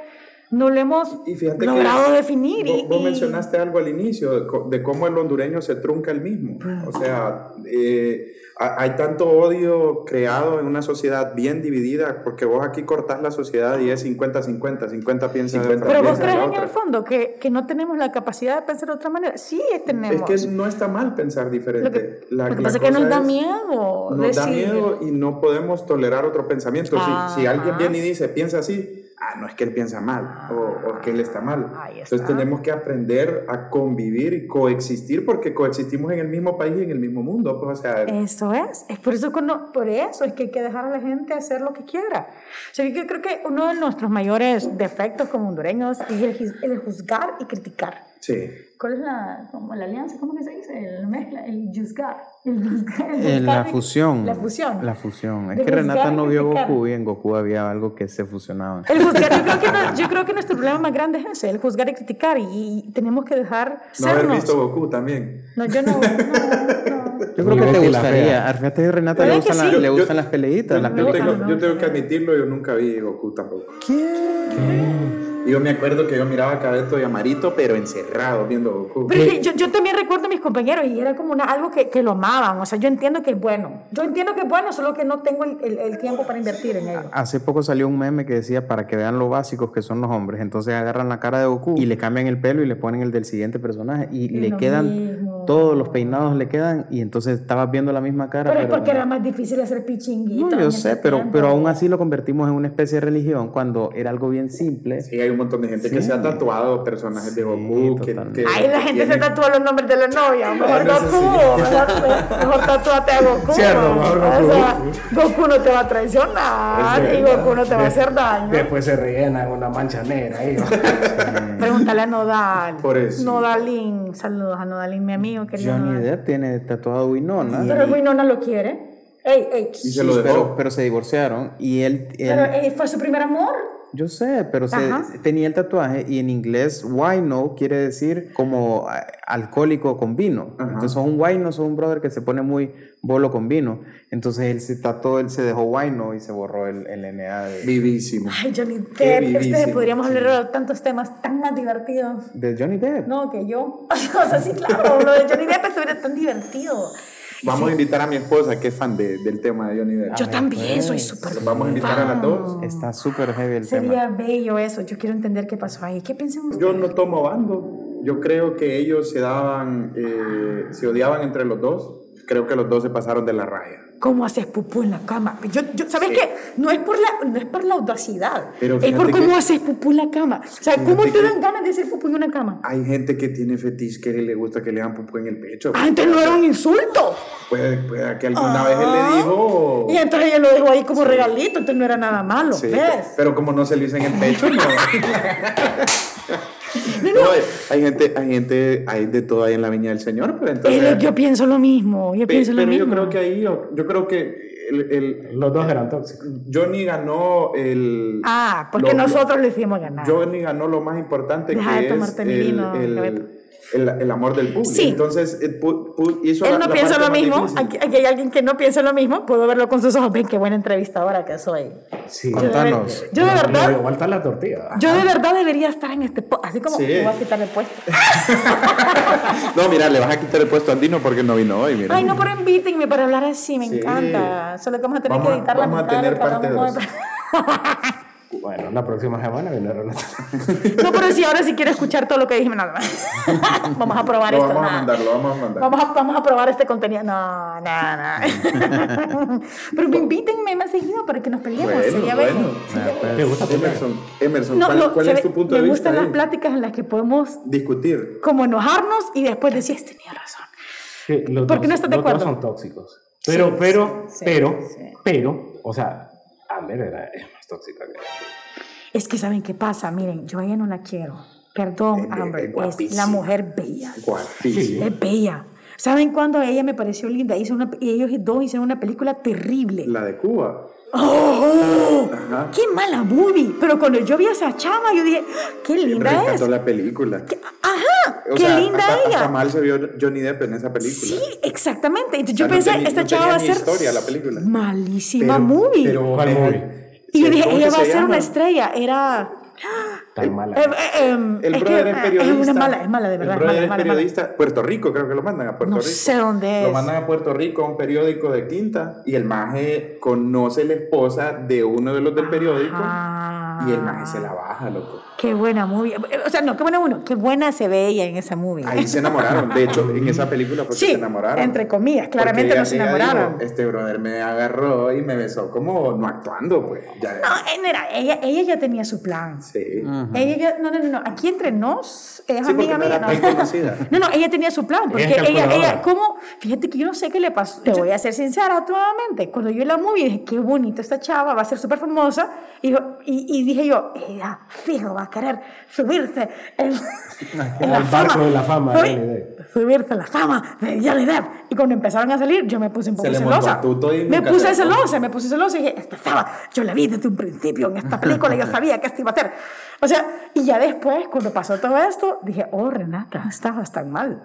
Speaker 2: no lo hemos
Speaker 4: Y fíjate
Speaker 2: logrado
Speaker 4: que
Speaker 2: definir.
Speaker 4: Vos,
Speaker 2: y,
Speaker 4: vos
Speaker 2: y-
Speaker 4: mencionaste algo al inicio de, co- de cómo el hondureño se trunca el mismo.
Speaker 2: Ah.
Speaker 4: O sea, eh, ha- hay tanto odio creado en una sociedad bien dividida porque vos aquí cortás la sociedad y es 50-50, 50 piensa de otra,
Speaker 2: Pero vos
Speaker 4: piensa de
Speaker 2: crees en
Speaker 4: otra.
Speaker 2: el fondo que, que no tenemos la capacidad de pensar de otra manera. Sí, tenemos.
Speaker 4: Es que es- no está mal pensar diferente.
Speaker 2: lo que,
Speaker 4: La-
Speaker 2: lo que
Speaker 4: la
Speaker 2: pasa es que
Speaker 4: cosa
Speaker 2: nos da
Speaker 4: es-
Speaker 2: miedo.
Speaker 4: Nos da
Speaker 2: decir-
Speaker 4: miedo y no podemos tolerar otro pensamiento. Si, si
Speaker 2: Ajá.
Speaker 4: alguien viene y dice, piensa así, ah, no es que él piensa mal o, o es que él está mal.
Speaker 2: Ahí está.
Speaker 4: Entonces tenemos que aprender a convivir y coexistir porque coexistimos en el mismo país y en el mismo mundo. Pues, o sea,
Speaker 2: Eso es, es por eso, que no- por eso es que hay que dejar a la gente hacer lo que quiera. O sea, yo creo que uno de nuestros mayores defectos como hondureños es el, juz- el juzgar y criticar.
Speaker 4: sí.
Speaker 2: ¿Cuál es la, como la alianza? ¿Cómo que se dice? El mezcla, el juzgar. El juzgar, el
Speaker 5: Eh, la
Speaker 2: juzgar y-
Speaker 5: fusión.
Speaker 2: La fusión.
Speaker 5: La fusión. Es
Speaker 2: De
Speaker 5: que Renata
Speaker 2: juzgar y
Speaker 5: no vio
Speaker 2: criticar.
Speaker 5: Goku y en Goku había algo que se fusionaba.
Speaker 2: El juzgar, yo creo, que no- yo creo que nuestro problema más grande es ese, el juzgar y criticar. Y, y tenemos que dejar
Speaker 4: No haber
Speaker 2: sernos.
Speaker 4: visto Goku también.
Speaker 2: No, yo no. no, no.
Speaker 5: Yo creo que te
Speaker 3: Betty la
Speaker 5: gustaría. A Fíjate, Renata le
Speaker 2: ¿Verdad que
Speaker 5: gustan, la-
Speaker 2: sí?
Speaker 5: le
Speaker 4: Yo-
Speaker 5: gustan
Speaker 4: yo-
Speaker 5: las peleitas. las
Speaker 4: yo,
Speaker 5: peleitas.
Speaker 4: tengo,
Speaker 2: no,
Speaker 4: yo
Speaker 2: no.
Speaker 4: tengo que admitirlo, yo nunca vi Goku tampoco. Y Yo me acuerdo que yo miraba a Cabeto y a Marito, pero encerrado viendo Goku.
Speaker 2: Pero es que yo, yo también recuerdo a mis compañeros y era como una, algo que, que lo amaban. O sea, yo entiendo que es bueno. Yo entiendo que es bueno, solo que no tengo el, el- el tiempo para invertir en ello.
Speaker 5: Hace poco salió un meme que decía para que vean lo básicos que son los hombres. Entonces agarran la cara de Goku y le cambian el pelo y le ponen el del siguiente personaje y le
Speaker 2: lo
Speaker 5: quedan
Speaker 2: mismo.
Speaker 5: todos los peinados le quedan y entonces estabas viendo la misma cara.
Speaker 2: Pero es porque
Speaker 5: no.
Speaker 2: era más difícil hacer pichinguito.
Speaker 5: No,
Speaker 2: en
Speaker 5: yo
Speaker 2: ese
Speaker 5: sé, pero,
Speaker 2: tiempo.
Speaker 5: pero aún así lo convertimos en una especie de religión cuando era algo bien simple.
Speaker 4: Sí, hay un montón de gente que se ha tatuado personajes de Goku. Que,
Speaker 5: totalmente.
Speaker 4: que-
Speaker 2: Ahí la
Speaker 4: que
Speaker 2: gente se
Speaker 4: tienen-
Speaker 2: tatúa los nombres de la novia. Mejor
Speaker 4: no, eso
Speaker 2: Goku. Mejor, mejor tatúate a Goku.
Speaker 3: Cierto,
Speaker 2: ¿no?
Speaker 3: mejor
Speaker 2: O
Speaker 3: Goku.
Speaker 2: sea, Goku no te va a traicionar y Goku no te va a hacer daño.
Speaker 3: Después se rellenan una mancha negra. ahí, ¿no?
Speaker 2: Pregúntale a Nodal.
Speaker 4: Por eso.
Speaker 2: Nodalín. Saludos a Nodalín, mi amigo querido.
Speaker 5: Johnny
Speaker 2: Nodal.
Speaker 5: Depp tiene tatuado Winona.
Speaker 2: Pero Winona lo quiere. Ey, ey.
Speaker 4: Y se lo dejó.
Speaker 5: pero, pero se divorciaron y él, él-
Speaker 2: Pero eh, fue su primer amor.
Speaker 5: yo sé, pero se-
Speaker 2: Ajá.
Speaker 5: tenía el tatuaje y en inglés wino quiere decir como ah, alcohólico con vino. Entonces son un wino, son un brother que se pone muy bolo con vino. Entonces él se tatuó, él se dejó wino y se borró el, el NA de,
Speaker 4: Vivísimo.
Speaker 2: Ay, Johnny
Speaker 4: Qué
Speaker 2: Depp. Ustedes
Speaker 4: vivísimo,
Speaker 2: podríamos
Speaker 4: sí.
Speaker 2: hablar de tantos temas tan más divertidos.
Speaker 5: de Johnny Depp.
Speaker 2: No, que yo. O sea, sí, claro, lo de Johnny Depp estuviera tan divertido.
Speaker 4: Vamos a invitar a mi esposa, que es fan de- del tema de Johnny Depp.
Speaker 2: Yo también soy
Speaker 4: pues.
Speaker 2: súper.
Speaker 4: Los Vamos a invitar a las dos.
Speaker 5: Está súper heavy el tema.
Speaker 2: Sería bello eso. Yo quiero entender qué pasó ahí. ¿Qué piensan ustedes?
Speaker 4: Yo no tomo bando. Yo creo que ellos se daban, eh, se odiaban entre los dos. Creo que los dos se pasaron de la raya.
Speaker 2: ¿Cómo haces pupú en la cama? Yo, yo- ¿Sabes qué? No es por la, no es por la audacidad,
Speaker 4: Pero
Speaker 2: es por
Speaker 4: fíjate
Speaker 2: cómo
Speaker 4: que-
Speaker 2: haces pupú en la cama. O sea, ¿cómo
Speaker 4: Fíjate
Speaker 2: te
Speaker 4: que-
Speaker 2: dan ganas de hacer pupú en una cama?
Speaker 4: Hay gente que tiene fetiche que le gusta que le hagan pupú en el pecho.
Speaker 2: Ah, entonces no era un insulto.
Speaker 4: Puede, puede que alguna vez él le dijo.
Speaker 2: Y entonces ella lo dejó ahí como regalito, entonces no pues. era nada malo,
Speaker 4: Oh. Sí,
Speaker 2: ¿ves?
Speaker 4: pero como no se lo hizo en el pecho, no.
Speaker 2: no.
Speaker 4: No, hay gente, hay gente, hay de todo ahí en la viña del Señor, pero entonces.
Speaker 2: Pero yo pienso lo mismo, yo
Speaker 4: Pe-
Speaker 2: pienso lo
Speaker 4: pero
Speaker 2: mismo.
Speaker 4: yo creo que ahí, yo, yo creo que el, el-
Speaker 3: Los dos eran tóxicos.
Speaker 4: Johnny ganó el.
Speaker 2: Ah, porque
Speaker 4: lo- lo-
Speaker 2: nosotros le hicimos ganar.
Speaker 4: Johnny ganó lo más importante
Speaker 2: Deja de
Speaker 4: que es
Speaker 2: tomarte
Speaker 4: el,
Speaker 2: mi vino,
Speaker 4: el-
Speaker 2: Roberto.
Speaker 4: el- el amor del público.
Speaker 2: Sí.
Speaker 4: Entonces, eh, pu- pu- hizo la-
Speaker 2: Él no
Speaker 4: la
Speaker 2: piensa
Speaker 4: parte
Speaker 2: lo
Speaker 4: más
Speaker 2: mismo,
Speaker 4: difícil.
Speaker 2: aquí, aquí hay alguien que no piensa lo mismo, puedo verlo con sus ojos, ven qué buena entrevistadora que soy.
Speaker 3: Sí.
Speaker 2: Yo de, ver-
Speaker 5: Contanos.
Speaker 2: yo de
Speaker 3: Le- le dio
Speaker 2: verdad,
Speaker 3: vuelta la tortilla.
Speaker 2: yo de verdad debería estar en este po- así como
Speaker 4: Sí.
Speaker 2: me voy a quitar el puesto.
Speaker 4: No, mira, le vas a quitar el puesto a Andino porque no vino hoy, mira.
Speaker 2: Ay, no, pero invítenme para hablar así, me
Speaker 4: Sí.
Speaker 2: encanta. Solo que vamos a tener
Speaker 4: Vamos
Speaker 2: que
Speaker 4: a-
Speaker 2: editar la
Speaker 4: vamos a
Speaker 2: mitad de
Speaker 4: tener
Speaker 2: lo que
Speaker 4: parte
Speaker 2: hablamos
Speaker 4: dos.
Speaker 2: hoy.
Speaker 3: Bueno, la próxima semana viene Renata.
Speaker 2: No, pero si ahora sí quiero escuchar todo lo que dijimos, nada más. Vamos a probar
Speaker 4: Lo
Speaker 2: esto.
Speaker 4: vamos a
Speaker 2: nada.
Speaker 4: mandar, lo vamos a mandar.
Speaker 2: Vamos a, vamos a probar este contenido. No, nada, nada. Pero me invítenme más seguido para que nos peleemos.
Speaker 4: Bueno,
Speaker 2: sería
Speaker 4: bueno.
Speaker 2: bello, sería bello.
Speaker 3: Ah, pues. ¿Te gusta pelear?
Speaker 4: Emerson, Emerson,
Speaker 2: pues, No,
Speaker 4: ¿cuál,
Speaker 2: no,
Speaker 4: cuál
Speaker 2: se
Speaker 4: es
Speaker 2: ve-
Speaker 4: tu punto
Speaker 2: me
Speaker 4: de vista?
Speaker 2: gustan las
Speaker 4: ahí?
Speaker 2: pláticas en las que podemos
Speaker 4: Discutir.
Speaker 2: como enojarnos y después decir, "Este tenía razón.
Speaker 3: Que los
Speaker 2: ¿Por qué
Speaker 3: dos-
Speaker 2: no estás de
Speaker 3: los dos
Speaker 2: acuerdo?
Speaker 3: son tóxicos. Pero, pero,
Speaker 2: sí, sí,
Speaker 3: pero,
Speaker 2: sí.
Speaker 3: pero, o sea, Amber era- es más tóxica que
Speaker 2: Es que saben qué pasa, miren, yo a ella no la quiero. Perdón,
Speaker 4: Es- es
Speaker 2: Amber, es
Speaker 4: Eh, guapísima.
Speaker 2: la mujer bella.
Speaker 4: Guapísimo.
Speaker 2: Es bella. ¿Saben cuándo ella me pareció linda? Hizo una, y ellos dos hicieron una película terrible.
Speaker 4: La de Cuba.
Speaker 2: ¡Oh!
Speaker 4: Ajá.
Speaker 2: ¡Qué mala movie! Pero cuando yo vi a esa chama, yo dije, ¡qué linda es!
Speaker 4: Rescató la película.
Speaker 2: ¡Ajá!
Speaker 4: O
Speaker 2: ¡Qué
Speaker 4: sea,
Speaker 2: linda
Speaker 4: hasta,
Speaker 2: ella!
Speaker 4: hasta mal se vio Johnny Depp en esa película.
Speaker 2: Sí, exactamente. Entonces
Speaker 4: O
Speaker 2: yo
Speaker 4: sea, no
Speaker 2: pensé,
Speaker 4: tenía-
Speaker 2: esta
Speaker 4: no
Speaker 2: chava
Speaker 4: tenía
Speaker 2: va a
Speaker 4: ni
Speaker 2: ser
Speaker 4: historia la película.
Speaker 2: malísima movie.
Speaker 4: Pero,
Speaker 3: ¿Cuál
Speaker 4: eh,
Speaker 3: movie?
Speaker 2: y yo
Speaker 4: sí,
Speaker 2: dije,
Speaker 4: ¿cómo
Speaker 2: ella
Speaker 4: que
Speaker 2: va a
Speaker 4: se
Speaker 2: ser una
Speaker 4: llama?
Speaker 2: estrella. Era.
Speaker 3: Tan mala.
Speaker 2: eh, eh, em,
Speaker 4: El
Speaker 2: es que,
Speaker 4: brother
Speaker 2: eh,
Speaker 4: es periodista.
Speaker 2: una mala, es mala, de verdad.
Speaker 4: El
Speaker 2: es
Speaker 4: brother
Speaker 2: mala,
Speaker 4: es
Speaker 2: mala, mala.
Speaker 4: periodista. Puerto Rico, creo que lo mandan a Puerto
Speaker 2: No
Speaker 4: Rico.
Speaker 2: sé dónde es.
Speaker 4: Lo mandan a Puerto Rico a un periódico de Quinta. Y el maje conoce la esposa de uno de los del periódico.
Speaker 2: Ah.
Speaker 4: Y el maje se la baja, loco.
Speaker 2: Qué buena movie. O sea, no, qué buena uno. Qué buena se ve ella en esa movie.
Speaker 4: Ahí se enamoraron. De hecho, en esa película fue que
Speaker 2: sí,
Speaker 4: se enamoraron.
Speaker 2: entre comillas.
Speaker 4: Porque
Speaker 2: Claramente
Speaker 4: ella-
Speaker 2: no se
Speaker 4: ella
Speaker 2: enamoraron.
Speaker 4: dijo, este brother me agarró y me besó como no actuando, pues. Ya,
Speaker 2: No, eh, mira, ella, ella ya tenía su plan.
Speaker 4: Sí.
Speaker 2: Ella ya- no, no, no, no, aquí entre nos, es
Speaker 4: Sí, porque
Speaker 2: amiga
Speaker 4: no
Speaker 2: mía.
Speaker 4: era
Speaker 2: No.
Speaker 4: tan conocida.
Speaker 2: no, no, ella tenía su plan, porque
Speaker 3: Ella es
Speaker 2: ella,
Speaker 3: calculadora.
Speaker 2: ella, ¿cómo? Fíjate que yo no sé qué le pasó. Te voy a ser sincera nuevamente. Cuando yo la movie dije, qué bonita esta chava, va a ser súper famosa. Y, yo- y, y dije yo, ella, fijo, va a querer subirse en, en la
Speaker 3: Al barco
Speaker 2: fama.
Speaker 3: de la fama de
Speaker 2: Subi-
Speaker 3: Johnny Depp.
Speaker 2: Subirse a la fama de Johnny Depp. Y cuando empezaron a salir, yo me puse un poco
Speaker 4: Se le montó
Speaker 2: celosa.
Speaker 4: tú todo y
Speaker 2: Me
Speaker 4: nunca
Speaker 2: puse
Speaker 4: se
Speaker 2: celosa
Speaker 4: dejó.
Speaker 2: sea, me puse celosa y dije, esta estaba, yo la vi desde un principio en esta película, yo sabía que esto iba a ser. O sea, y ya después, cuando pasó todo esto, dije, oh, Renata, estabas tan mal.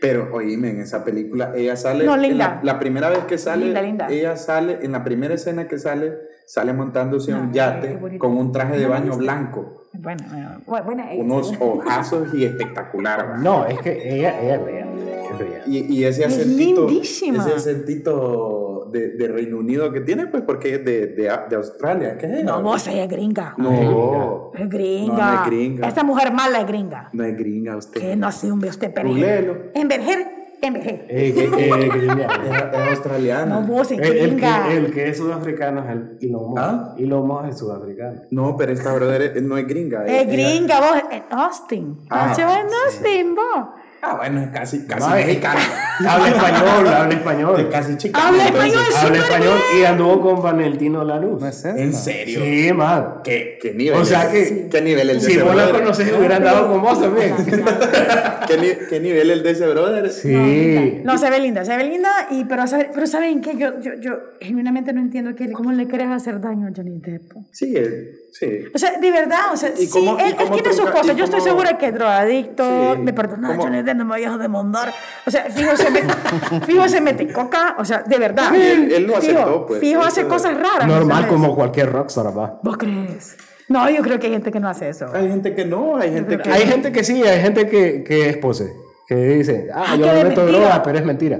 Speaker 4: Pero oíme, en esa película ella sale.
Speaker 2: No,
Speaker 4: en la-
Speaker 2: linda.
Speaker 4: La, primera vez que sale,
Speaker 2: Linda, linda.
Speaker 4: ella sale, en la primera escena que sale, sale montándose en
Speaker 2: Ay,
Speaker 4: un
Speaker 2: qué
Speaker 4: yate
Speaker 2: bonito.
Speaker 4: con un traje de
Speaker 2: No,
Speaker 4: baño
Speaker 2: no, no.
Speaker 4: blanco,
Speaker 2: Bueno, bueno, bueno, buena eh, ella.
Speaker 4: unos ojazos y espectacular. ¿verdad?
Speaker 3: No, es que ella, ella es bella, es bella.
Speaker 4: Y, y ese
Speaker 2: Es
Speaker 4: acentito,
Speaker 2: lindísima.
Speaker 4: ese acentito de, de Reino Unido que tiene, pues porque es de, de, de Australia. ¿Qué es?
Speaker 2: No, vos, ella es gringa.
Speaker 4: No,
Speaker 2: Es gringa.
Speaker 4: No, no es gringa.
Speaker 2: Esta mujer mala es gringa.
Speaker 4: no es gringa usted.
Speaker 2: Que no se humbe usted, pero...
Speaker 4: Googleelo.
Speaker 2: Enverger, enverger.
Speaker 3: Eh, que- eh, que gringa.
Speaker 4: Es, es australiana.
Speaker 2: No, vos es
Speaker 3: El, el
Speaker 2: gringa.
Speaker 3: que, el que es sudafricano es el Elon Musk.
Speaker 4: ¿Ah?
Speaker 3: Elon Musk es sudafricano.
Speaker 4: No, pero esta brother es- no es gringa.
Speaker 2: Es
Speaker 4: ella-
Speaker 2: gringa, vos, en Austin.
Speaker 4: Ah,
Speaker 2: Nació en Austin, vos.
Speaker 4: Ah, bueno, es casi, casi
Speaker 3: Madre.
Speaker 4: mexicana.
Speaker 3: Habla español, habla español.
Speaker 4: Es casi chica.
Speaker 2: Habla español
Speaker 3: Habla
Speaker 2: súper
Speaker 3: español
Speaker 2: bien.
Speaker 3: y anduvo con Valentino Lanús.
Speaker 4: ¿En serio?
Speaker 3: Sí, man.
Speaker 4: ¿Qué, qué nivel?
Speaker 3: O sea
Speaker 4: es-
Speaker 3: que-
Speaker 4: ¿Qué nivel el de
Speaker 3: Si
Speaker 4: ese
Speaker 3: vos la
Speaker 4: brother?
Speaker 3: conoces, hubieran dado con vos también.
Speaker 4: ¿Qué, ni- qué nivel el de ese brother?
Speaker 3: Sí.
Speaker 2: No, se ve linda, se ve linda, y, pero, sabe- pero ¿saben que Yo, yo, yo genuinamente no entiendo que, cómo le querés hacer daño a Johnny Depp.
Speaker 4: Sí, eh, sí.
Speaker 2: O sea, de verdad, o sea,
Speaker 4: ¿Y
Speaker 2: sí,
Speaker 4: cómo- y
Speaker 2: él, él
Speaker 4: cómo
Speaker 2: tiene sus
Speaker 4: trunca-
Speaker 2: cosas.
Speaker 4: y
Speaker 2: Yo estoy
Speaker 4: cómo-
Speaker 2: segura que es drogadicto,
Speaker 4: Sí.
Speaker 2: me perdona,
Speaker 4: ¿Cómo?
Speaker 2: Johnny Depp, no me vayas a demandar. O sea, fijo se, mete, fijo se mete coca, o sea, de verdad.
Speaker 4: Él- él lo
Speaker 2: Fijo-
Speaker 4: aceptó, pues.
Speaker 2: Fijo hace
Speaker 4: Eso-
Speaker 2: cosas raras.
Speaker 3: Normal
Speaker 2: ¿sabes?
Speaker 3: como cualquier rockstar, va.
Speaker 2: ¿Vos crees? No, yo creo que hay gente que no hace eso.
Speaker 4: Hay gente que no, hay gente que.
Speaker 3: Hay gente que sí, hay gente que, que es pose. Que dice, ah,
Speaker 2: Ah,
Speaker 3: yo
Speaker 2: que
Speaker 3: me
Speaker 2: de
Speaker 3: meto
Speaker 2: mentira.
Speaker 3: droga, pero es mentira.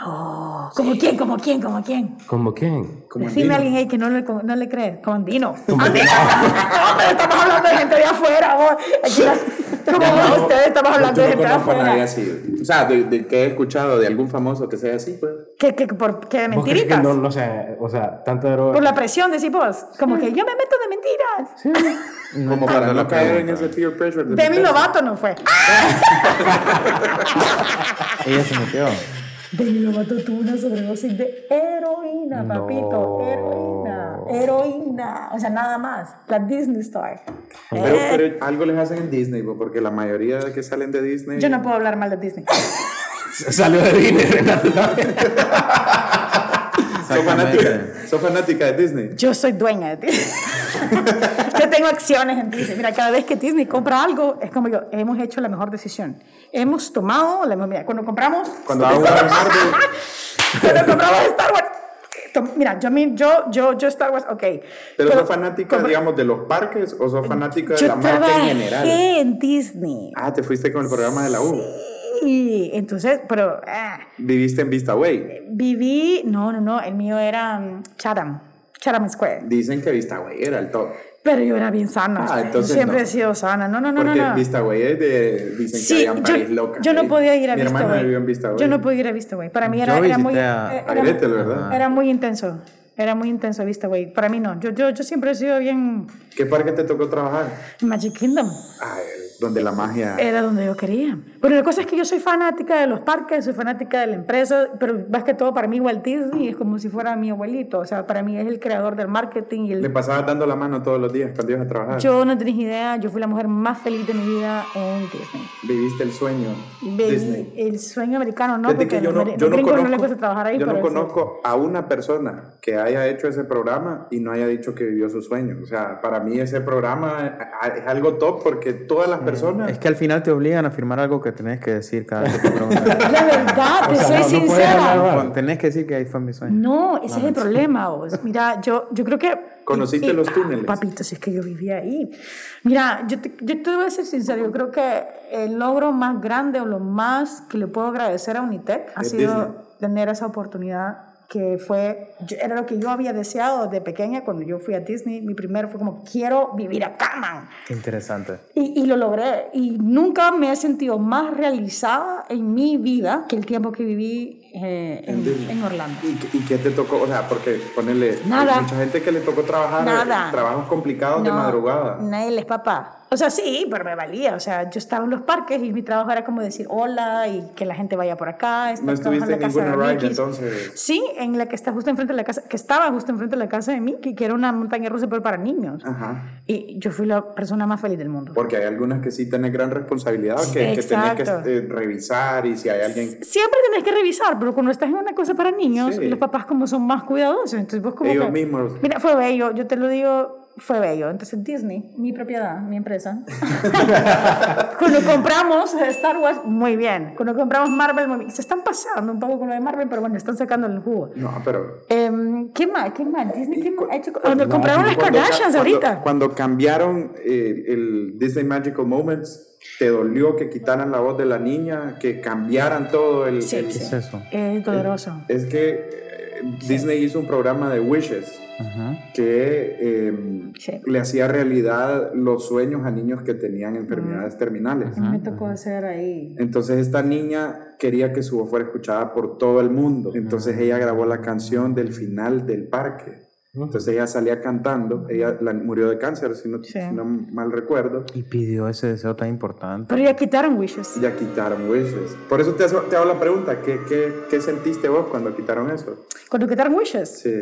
Speaker 2: No. ¿Como quién, como quién, como quién?
Speaker 3: ¿Como quién?
Speaker 4: Como
Speaker 2: Decime
Speaker 4: Dino.
Speaker 2: a alguien ahí que no le, no le cree. Con Dino. ¡Andino! No, pero estamos hablando de gente de afuera, vos. Aquí no- estamos hablando de ustedes, estamos hablando de
Speaker 4: Yo
Speaker 2: gente
Speaker 4: no
Speaker 2: de
Speaker 4: conozco a nadie
Speaker 2: afuera.
Speaker 4: así. O sea, de, de que he escuchado de algún famoso que sea así, pues.
Speaker 2: que, que, por, que de
Speaker 3: ¿Vos crees
Speaker 2: mentiritas.
Speaker 3: Que no, no sé, o sea, tanta droga.
Speaker 2: Por la presión, decís vos. Como que yo me meto de mentiras.
Speaker 3: Sí.
Speaker 4: Como para no caer en ese peer pressure. de
Speaker 2: Demi
Speaker 4: meterse.
Speaker 2: Lovato no fue.
Speaker 5: Ella se metió.
Speaker 2: Demi Lovato tuvo una sobredosis de heroína, papito. Heroína. Heroína. O sea, nada más. La Disney Star.
Speaker 4: Pero,
Speaker 2: Eh,
Speaker 4: pero algo les hacen en Disney, po, porque la mayoría de que salen de Disney.
Speaker 2: yo no puedo hablar mal de Disney.
Speaker 3: Salió de dinero
Speaker 4: Soy fanática, soy fanática de Disney.
Speaker 2: Yo soy dueña de Disney. yo tengo acciones en Disney. Mira, cada vez que Disney compra algo, es como yo, hemos hecho la mejor decisión. Hemos tomado la mejor. Mira, cuando compramos.
Speaker 4: Cuando va a jugar Marvel.
Speaker 2: cuando compramos Star Wars. to- Mira, yo, mi- yo, yo, yo Star Wars, ok.
Speaker 4: Pero sos fanática, digamos, de los parques o sos fanática de
Speaker 2: Yo
Speaker 4: la marca en general.
Speaker 2: trabajé en Disney.
Speaker 4: Ah, te fuiste con el programa de la U.
Speaker 2: Y entonces, pero ah,
Speaker 4: Viviste en Vista Way.
Speaker 2: viví, no, no, no, el mío era mm, Chatham, Chatham Square.
Speaker 4: Dicen que Vista Way era el top.
Speaker 2: Pero yo era bien sana.
Speaker 4: Ah, entonces
Speaker 2: Siempre
Speaker 4: no.
Speaker 2: he sido sana. No, no, no,
Speaker 4: Porque
Speaker 2: no. no.
Speaker 4: Vista Way es de. Dicen que
Speaker 2: Sí,
Speaker 4: había en
Speaker 2: yo,
Speaker 4: París loca.
Speaker 2: yo no
Speaker 4: ahí.
Speaker 2: podía ir a
Speaker 4: Mi
Speaker 2: Vista
Speaker 4: hermana
Speaker 2: Way.
Speaker 4: vivió en Vista Way.
Speaker 2: Yo no podía ir a Vista Way. Para mí era,
Speaker 5: Yo
Speaker 2: era muy.
Speaker 5: visité a-
Speaker 2: eh,
Speaker 4: A
Speaker 2: era-
Speaker 4: Gretel, ¿verdad?
Speaker 2: era muy intenso. Era muy intenso Vista Way. Para mí no. Yo, yo, yo siempre he sido bien.
Speaker 4: ¿Qué parque te tocó trabajar?
Speaker 2: Magic Kingdom.
Speaker 4: Ah, el- donde la magia.
Speaker 2: Era donde yo quería. Pero la cosa es que yo soy fanática de los parques, soy fanática de la empresa, pero más que todo para mí Walt Disney es como si fuera mi abuelito. O sea, para mí es el creador del marketing y el...
Speaker 4: Le pasabas dando la mano todos los días cuando ibas a trabajar.
Speaker 2: Yo no tenés idea, yo fui la mujer más feliz de mi vida en Disney.
Speaker 4: Viviste el sueño.
Speaker 2: Ve-
Speaker 4: Disney.
Speaker 2: El sueño americano, no,
Speaker 4: Fíjate
Speaker 2: porque
Speaker 4: que yo
Speaker 2: a
Speaker 4: no,
Speaker 2: los
Speaker 4: yo no
Speaker 2: gringos
Speaker 4: conozco,
Speaker 2: no les gusta trabajar ahí.
Speaker 4: yo no
Speaker 2: pero sí.
Speaker 4: conozco a una persona que haya hecho ese programa y no haya dicho que vivió su sueño. O sea, para mí ese programa a- a- es algo top porque todas las personas...
Speaker 5: Es que al final te obligan a firmar algo que tenés que decir cada vez que te preguntan.
Speaker 2: La verdad, te
Speaker 3: sea,
Speaker 2: soy
Speaker 3: no- no puedes
Speaker 2: sincera.
Speaker 3: hablar-
Speaker 5: Cuando tenés que decir que ahí fue mi sueño.
Speaker 2: No, ese es el problema, vos. Mira, yo, yo creo que...
Speaker 4: Conociste los túneles.
Speaker 2: Papito, si es que yo vivía ahí. Mira, yo te, yo te voy a ser sincero, yo creo que el logro más grande o lo más que le puedo agradecer a Unitec ha
Speaker 4: Es
Speaker 2: sido
Speaker 4: Disney.
Speaker 2: tener esa oportunidad que fue, yo- era lo que yo había deseado desde pequeña cuando yo fui a Disney. Mi primero fue como, quiero vivir acá, man.
Speaker 5: Qué interesante.
Speaker 2: Y, y lo logré. Y nunca me he sentido más realizada en mi vida que el tiempo que viví eh, en- en Orlando.
Speaker 4: ¿Y, qué- y qué te tocó? O sea, porque ponerle...
Speaker 2: Nada.
Speaker 4: mucha gente que le tocó trabajar eh,
Speaker 2: Nada.
Speaker 4: trabajos complicados de
Speaker 2: No,
Speaker 4: madrugada.
Speaker 2: Nadie les papá. O sea, sí, pero me valía. O sea, yo estaba en los parques y mi trabajo era como decir hola y que la gente vaya por acá.
Speaker 4: No estuviste en ninguna ride, entonces.
Speaker 2: Sí, en la que está justo enfrente de la casa, que estaba justo enfrente de la casa de Mickey, que era una montaña rusa, pero para niños.
Speaker 4: Ajá.
Speaker 2: Y yo fui la persona más feliz del mundo.
Speaker 4: Porque hay algunas que sí tienen gran responsabilidad, que, que tenés que
Speaker 2: Exacto.
Speaker 4: eh, revisar y si hay alguien...
Speaker 2: Siempre tenés que revisar, pero cuando estás en una cosa para niños,
Speaker 4: Sí.
Speaker 2: los papás como son más cuidadosos. Entonces vos como
Speaker 4: Ellos
Speaker 2: que-
Speaker 4: mismos.
Speaker 2: Mira, fue bello, yo te lo digo, fue bello. Entonces Disney, mi propiedad, mi empresa. cuando compramos Star Wars, muy bien. Cuando compramos Marvel, muy bien. Se están pasando un poco con lo de Marvel, pero bueno, están sacando el jugo.
Speaker 4: No, pero...
Speaker 2: Em, ¿Qué más? ¿Qué más? Disney, ¿qué más? Ha hecho-
Speaker 4: cuando-
Speaker 2: Cuando compraron las
Speaker 4: Cuando ca-
Speaker 2: Kardashians
Speaker 4: cuando-
Speaker 2: ahorita.
Speaker 4: Cuando cambiaron eh, el, Disney Magical Moments, ¿te dolió que quitaran la voz de la niña, que cambiaran todo el...
Speaker 2: Sí,
Speaker 4: el-
Speaker 5: ¿Qué es eso?
Speaker 2: Es doloroso.
Speaker 4: Es que eh, Disney hizo un programa de Wishes
Speaker 5: Ajá.
Speaker 4: que eh,
Speaker 2: Sí.
Speaker 4: le hacía realidad los sueños a niños que tenían enfermedades terminales.
Speaker 2: Me tocó hacer ahí.
Speaker 4: Entonces esta niña quería que su voz fuera escuchada por todo el mundo. Entonces ella grabó la canción del final del parque. Entonces ella salía cantando. Ella la- murió de cáncer, si no,
Speaker 2: Sí.
Speaker 4: si no mal recuerdo.
Speaker 5: Y pidió ese deseo tan importante.
Speaker 2: Pero ya quitaron Wishes.
Speaker 4: Ya quitaron Wishes. Por eso te, hago- te hago la pregunta. ¿qué, qué, qué sentiste vos cuando quitaron eso?
Speaker 2: Cuando quitaron Wishes.
Speaker 4: Sí.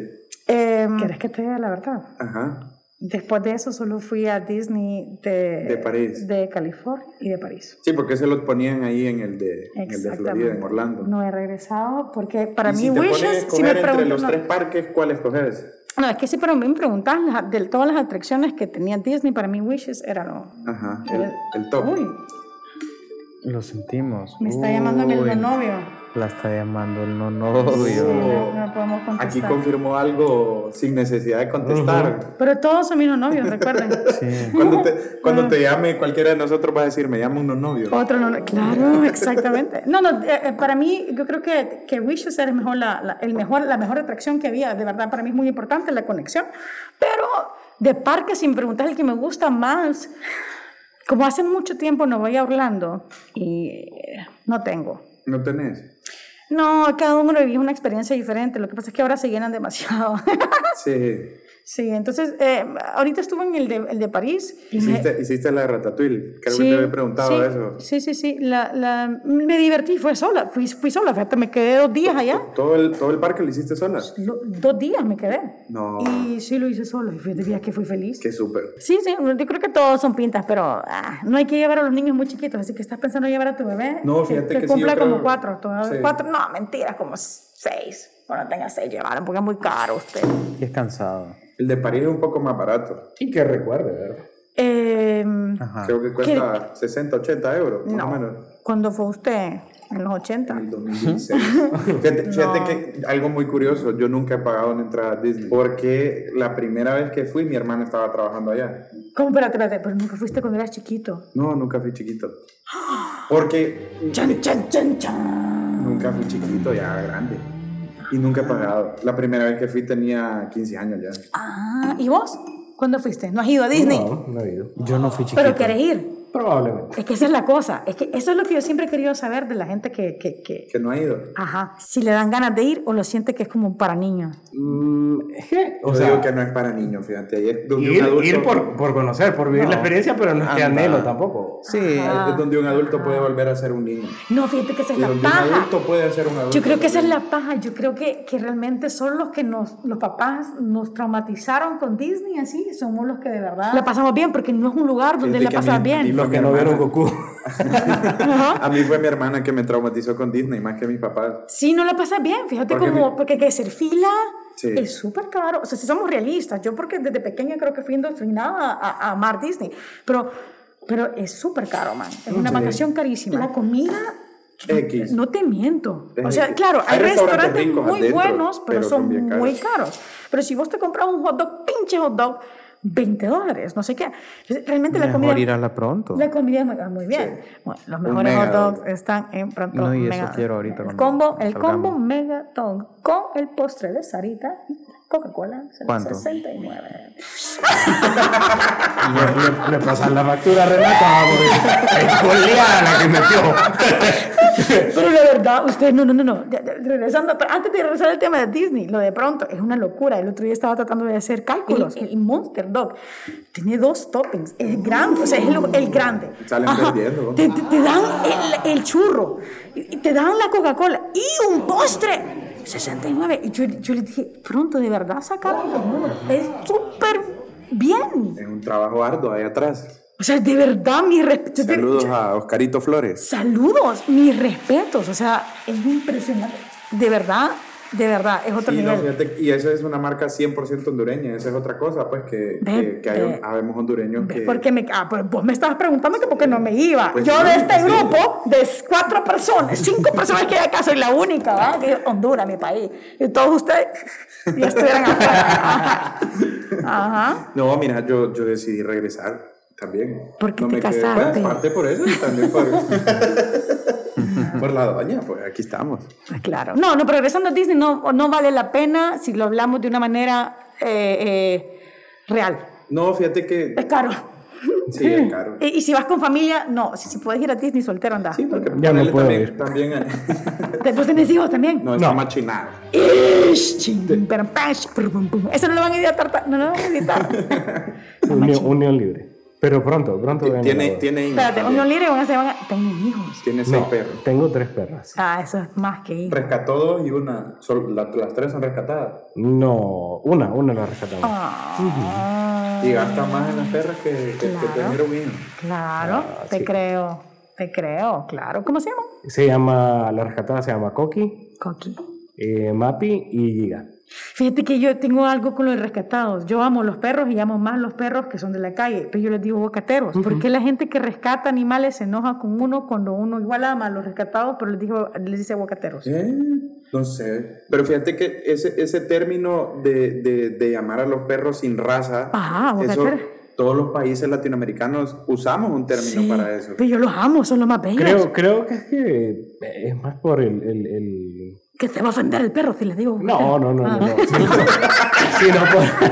Speaker 2: Em, ¿Querés que te diga la verdad?
Speaker 4: Ajá.
Speaker 2: Después de eso solo fui a Disney de,
Speaker 4: De París.
Speaker 2: de California y de París.
Speaker 4: Sí, porque se lo ponían ahí en el de, en el de Florida, en Orlando.
Speaker 2: No he regresado porque para
Speaker 4: Y
Speaker 2: mí
Speaker 4: si te pones a
Speaker 2: Wishes, si me
Speaker 4: escoger entre
Speaker 2: preguntan...
Speaker 4: los
Speaker 2: No,
Speaker 4: tres parques, ¿cuál escoges?
Speaker 2: no, es que si para mí me preguntas las- de todas las atracciones que tenía Disney, para mí Wishes era lo...
Speaker 4: Ajá, el, el top.
Speaker 2: Eh, Uy,
Speaker 5: Lo sentimos.
Speaker 2: me está llamando mi
Speaker 5: Uy,
Speaker 2: no novio.
Speaker 5: La está llamando el no
Speaker 2: Sí,
Speaker 5: novio.
Speaker 2: no, no podemos contestar.
Speaker 4: Aquí confirmó algo sin necesidad de contestar.
Speaker 2: Pero todos son mis novios, recuerden.
Speaker 5: Sí.
Speaker 4: Cuando, te, cuando te llame cualquiera de nosotros va a decir, me llama un novio.
Speaker 2: Otro no, claro, exactamente. No, no, eh, eh, para mí, yo creo que, que Wishes era el mejor, la, la- el mejor, la mejor atracción que había. De verdad, para mí es muy importante la conexión. Pero de parque, sin preguntar, el que me gusta más. Como hace mucho tiempo no voy a Orlando y eh, no tengo.
Speaker 4: ¿No tenés?
Speaker 2: No, cada uno vive una experiencia diferente. Lo que pasa es que ahora se llenan demasiado. Ah.
Speaker 4: Sí.
Speaker 2: sí, entonces, eh, ahorita estuve en el de, el de París. Eh, y me-
Speaker 4: Hiciste, hiciste la de Ratatouille. Creo que
Speaker 2: Sí,
Speaker 4: te había preguntado
Speaker 2: sí,
Speaker 4: eso.
Speaker 2: Sí, sí, sí. La, la- me divertí, fue sola. Fui, fui sola, fíjate, me quedé dos días allá.
Speaker 4: ¿Todo el, ¿Todo el parque lo hiciste sola?
Speaker 2: Lo- dos días me quedé.
Speaker 4: No.
Speaker 2: Y sí lo hice sola. Y fue de días que fui feliz.
Speaker 4: Oh. Qué súper.
Speaker 2: Sí, sí, yo creo que todos son pintas, pero ah, no hay que llevar a los niños muy chiquitos. Así que estás pensando en llevar a tu bebé.
Speaker 4: No, fíjate que sí,
Speaker 2: cumpla
Speaker 4: yo creo-
Speaker 2: como cuatro. todavía-
Speaker 4: sí.
Speaker 2: Cuatro, no, mentira, como seis. Bueno, tenga seis, llevarlo porque es muy caro usted.
Speaker 5: Y es cansado.
Speaker 4: El de París es un poco más barato.
Speaker 3: Y que recuerde, ¿verdad?
Speaker 2: Eh,
Speaker 4: Creo que cuesta 60, 80 euros, por lo menos.
Speaker 2: no. Ah. ¿Cuándo fue usted? En los 80.
Speaker 4: El 2016. fíjate, fíjate que algo muy curioso, yo nunca he pagado una entrada a Disney porque la primera vez que fui mi hermana estaba trabajando allá.
Speaker 2: ¿Cómo? Espérate, espérate, pero nunca fuiste cuando eras chiquito.
Speaker 4: No, nunca fui chiquito. Porque
Speaker 2: Chan, chan, chan, chan.
Speaker 4: nunca fui chiquito, ya grande. Y nunca he pagado. La primera vez que fui tenía 15 años ya.
Speaker 2: Ah, ¿y vos? ¿Cuándo fuiste? ¿No has ido a Disney?
Speaker 3: No, no he ido.
Speaker 5: Yo no fui
Speaker 2: Pero querés ir.
Speaker 3: Probablemente.
Speaker 2: Es que esa es la cosa. Es que eso es lo que yo siempre he querido saber de la gente que, que, que,
Speaker 4: Que no he ido.
Speaker 2: Ajá. Si le dan ganas de ir o lo siente que es como para niños.
Speaker 3: Mm, es que, o
Speaker 4: Yo
Speaker 3: sea,
Speaker 4: digo que no es para niños, fíjate. Ahí es donde
Speaker 3: ir,
Speaker 4: un adulto,
Speaker 3: ir por, por conocer, por vivir la experiencia, pero no es que
Speaker 5: Anda.
Speaker 3: anhelo tampoco.
Speaker 5: Sí,
Speaker 4: ahí es donde
Speaker 2: Ah.
Speaker 4: un adulto puede volver a ser un niño.
Speaker 2: No, fíjate que esa es
Speaker 4: Y
Speaker 2: la
Speaker 4: donde un
Speaker 2: paja.
Speaker 4: adulto puede ser un adulto.
Speaker 2: Yo creo que esa es
Speaker 4: también.
Speaker 2: la paja. Yo creo que, que realmente son los que nos, los papás nos traumatizaron con Disney, así. Somos los que de verdad. La pasamos bien porque no es un lugar donde
Speaker 4: Fíjate
Speaker 2: la
Speaker 4: que a
Speaker 2: pasas
Speaker 4: mí-
Speaker 2: bien.
Speaker 4: mi-
Speaker 3: Los que no vieron Goku.
Speaker 2: Ajá.
Speaker 4: A mí fue mi hermana que me traumatizó con Disney, más que mis papás.
Speaker 2: Sí, no la pasas bien. Fíjate
Speaker 4: Porque
Speaker 2: como.
Speaker 4: mi-
Speaker 2: Porque hay que hacer fila.
Speaker 4: Sí.
Speaker 2: Es súper caro. O sea, si somos realistas. Yo, porque desde pequeña creo que fui indoctrinada a, a amar Disney. Pero, pero es súper caro, man. Es una vacación carísima. La comida
Speaker 4: X.
Speaker 2: No te miento.
Speaker 4: Es
Speaker 2: O sea,
Speaker 4: que
Speaker 2: claro, hay,
Speaker 4: hay restaurantes
Speaker 2: restaurantes,
Speaker 4: ricos
Speaker 2: muy
Speaker 4: adentro,
Speaker 2: buenos, pero,
Speaker 4: pero son
Speaker 2: son,
Speaker 4: bien caros.
Speaker 2: muy caros. Pero si vos te compras un hot dog, pinche hot dog, 20 dólares, no sé qué. Entonces, Realmente la
Speaker 5: mejor
Speaker 2: comida,
Speaker 5: ir a la pronto.
Speaker 2: la comida es muy, ah, muy bien. Bueno, los mejores
Speaker 4: mega
Speaker 2: hot dogs
Speaker 4: dog.
Speaker 2: están en pronto.
Speaker 5: No, y eso
Speaker 2: mega-
Speaker 5: quiero ahorita
Speaker 2: El
Speaker 5: cuando
Speaker 2: combo, el
Speaker 5: salgamos.
Speaker 2: combo mega dog con el postre de Sarita y Coca-Cola. se-
Speaker 5: ¿Cuánto?
Speaker 2: 69.
Speaker 3: le, le pasan la factura a Renata, porque es Juliana la que metió.
Speaker 2: Pero la verdad, ustedes, no, no, no, no. Ya, ya, regresando, pero antes de regresar al tema de Disney, lo de pronto es una locura. El otro día estaba tratando de hacer cálculos. El, el Monster Dog tiene dos toppings. El grande, o sea, es el, el grande.
Speaker 4: Salen perdiendo.
Speaker 2: Te, te- te dan el, el churro, y- y te dan la Coca-Cola y un postre. 69. Y yo, yo le dije, pronto, de verdad sacaron los números. Es súper bien.
Speaker 4: Es un trabajo arduo ahí atrás.
Speaker 2: O sea, de verdad, mi respeto.
Speaker 4: Saludos a Oscarito Flores.
Speaker 2: Saludos, mis respetos, o sea, es impresionante. De verdad, de verdad, es otro
Speaker 4: Sí, no,
Speaker 2: nivel.
Speaker 4: fíjate, y eso es una marca 100% hondureña, esa es otra cosa, pues que,
Speaker 2: Ve,
Speaker 4: que, que hay,
Speaker 2: ve.
Speaker 4: habemos hondureños que...
Speaker 2: porque me, ah, pues vos me estabas preguntando que por qué no me iba.
Speaker 4: Pues
Speaker 2: Yo
Speaker 4: no,
Speaker 2: de este
Speaker 4: sí.
Speaker 2: grupo, de cuatro personas, cinco personas que hay acá, soy la única, ¿verdad? Que es Honduras, mi país. Y todos ustedes ya estuvieran acá. Ajá.
Speaker 4: No, mira, yo, yo decidí regresar también.
Speaker 2: ¿Por qué
Speaker 4: no
Speaker 2: te
Speaker 4: me quedé,
Speaker 2: casaste?
Speaker 4: Pues, parte por eso y también por, por la doña, pues aquí estamos.
Speaker 2: Ah, Claro. No, no, pero regresando a Disney no, no vale la pena si lo hablamos de una manera eh, eh, real.
Speaker 4: No, fíjate que...
Speaker 2: Es caro.
Speaker 4: Sí, es caro.
Speaker 2: Y, y si vas con familia, no. Si, si puedes ir a Disney soltero, anda.
Speaker 4: Sí, porque
Speaker 3: Ya no
Speaker 4: ponele
Speaker 3: puedo
Speaker 4: también,
Speaker 3: ir.
Speaker 4: también a-
Speaker 2: Después tenés hijos también.
Speaker 4: no, está
Speaker 3: No.
Speaker 4: machinado.
Speaker 2: Ish, chin, pero, pash, pum, pum, pum. Eso no lo van a editar. ta- No lo van a editar.
Speaker 3: Unión, unión libre. Pero pronto, pronto.
Speaker 4: Ti-
Speaker 3: viene la boda.
Speaker 4: Tiene, tiene, hijos
Speaker 2: Espérate,
Speaker 4: también.
Speaker 2: un libre van a se van a. Tienen hijos.
Speaker 4: tiene seis
Speaker 3: No,
Speaker 4: perros.
Speaker 3: tengo tres perras.
Speaker 2: Ah, eso es más que hijos.
Speaker 4: Rescató dos y una. Solo- la- las tres son rescatadas.
Speaker 3: No, una, una la rescatamos.
Speaker 2: Ah,
Speaker 4: Y gasta más en las perras que, que, que
Speaker 2: Claro.
Speaker 4: tener un hijo.
Speaker 2: claro, te
Speaker 3: Ah, sí.
Speaker 2: creo. Te creo, claro. ¿Cómo se llama?
Speaker 3: Se llama, la rescatada se llama Coqui,
Speaker 2: Coqui.
Speaker 3: eh, Mapi y Giga.
Speaker 2: Fíjate que yo tengo algo con los rescatados. Yo amo los perros y amo más los perros que son de la calle, pero yo les digo bocateros. ¿Por qué la gente que rescata animales se enoja con uno cuando uno igual ama a los rescatados, pero les, dijo, les dice bocateros?
Speaker 4: Eh, No sé. Pero fíjate que ese, ese término de, de, de llamar a los perros sin raza.
Speaker 2: Ajá,
Speaker 4: eso,
Speaker 2: bocateros.
Speaker 4: todos los países latinoamericanos usamos un término para eso.
Speaker 2: Pero yo los amo, son los más bellos.
Speaker 3: Creo, creo que es que es más por el... el- el-
Speaker 2: Que se va a ofender el perro si les digo bocatero.
Speaker 3: No, no, no, no.
Speaker 2: Ah.
Speaker 3: no. Sino, sino por-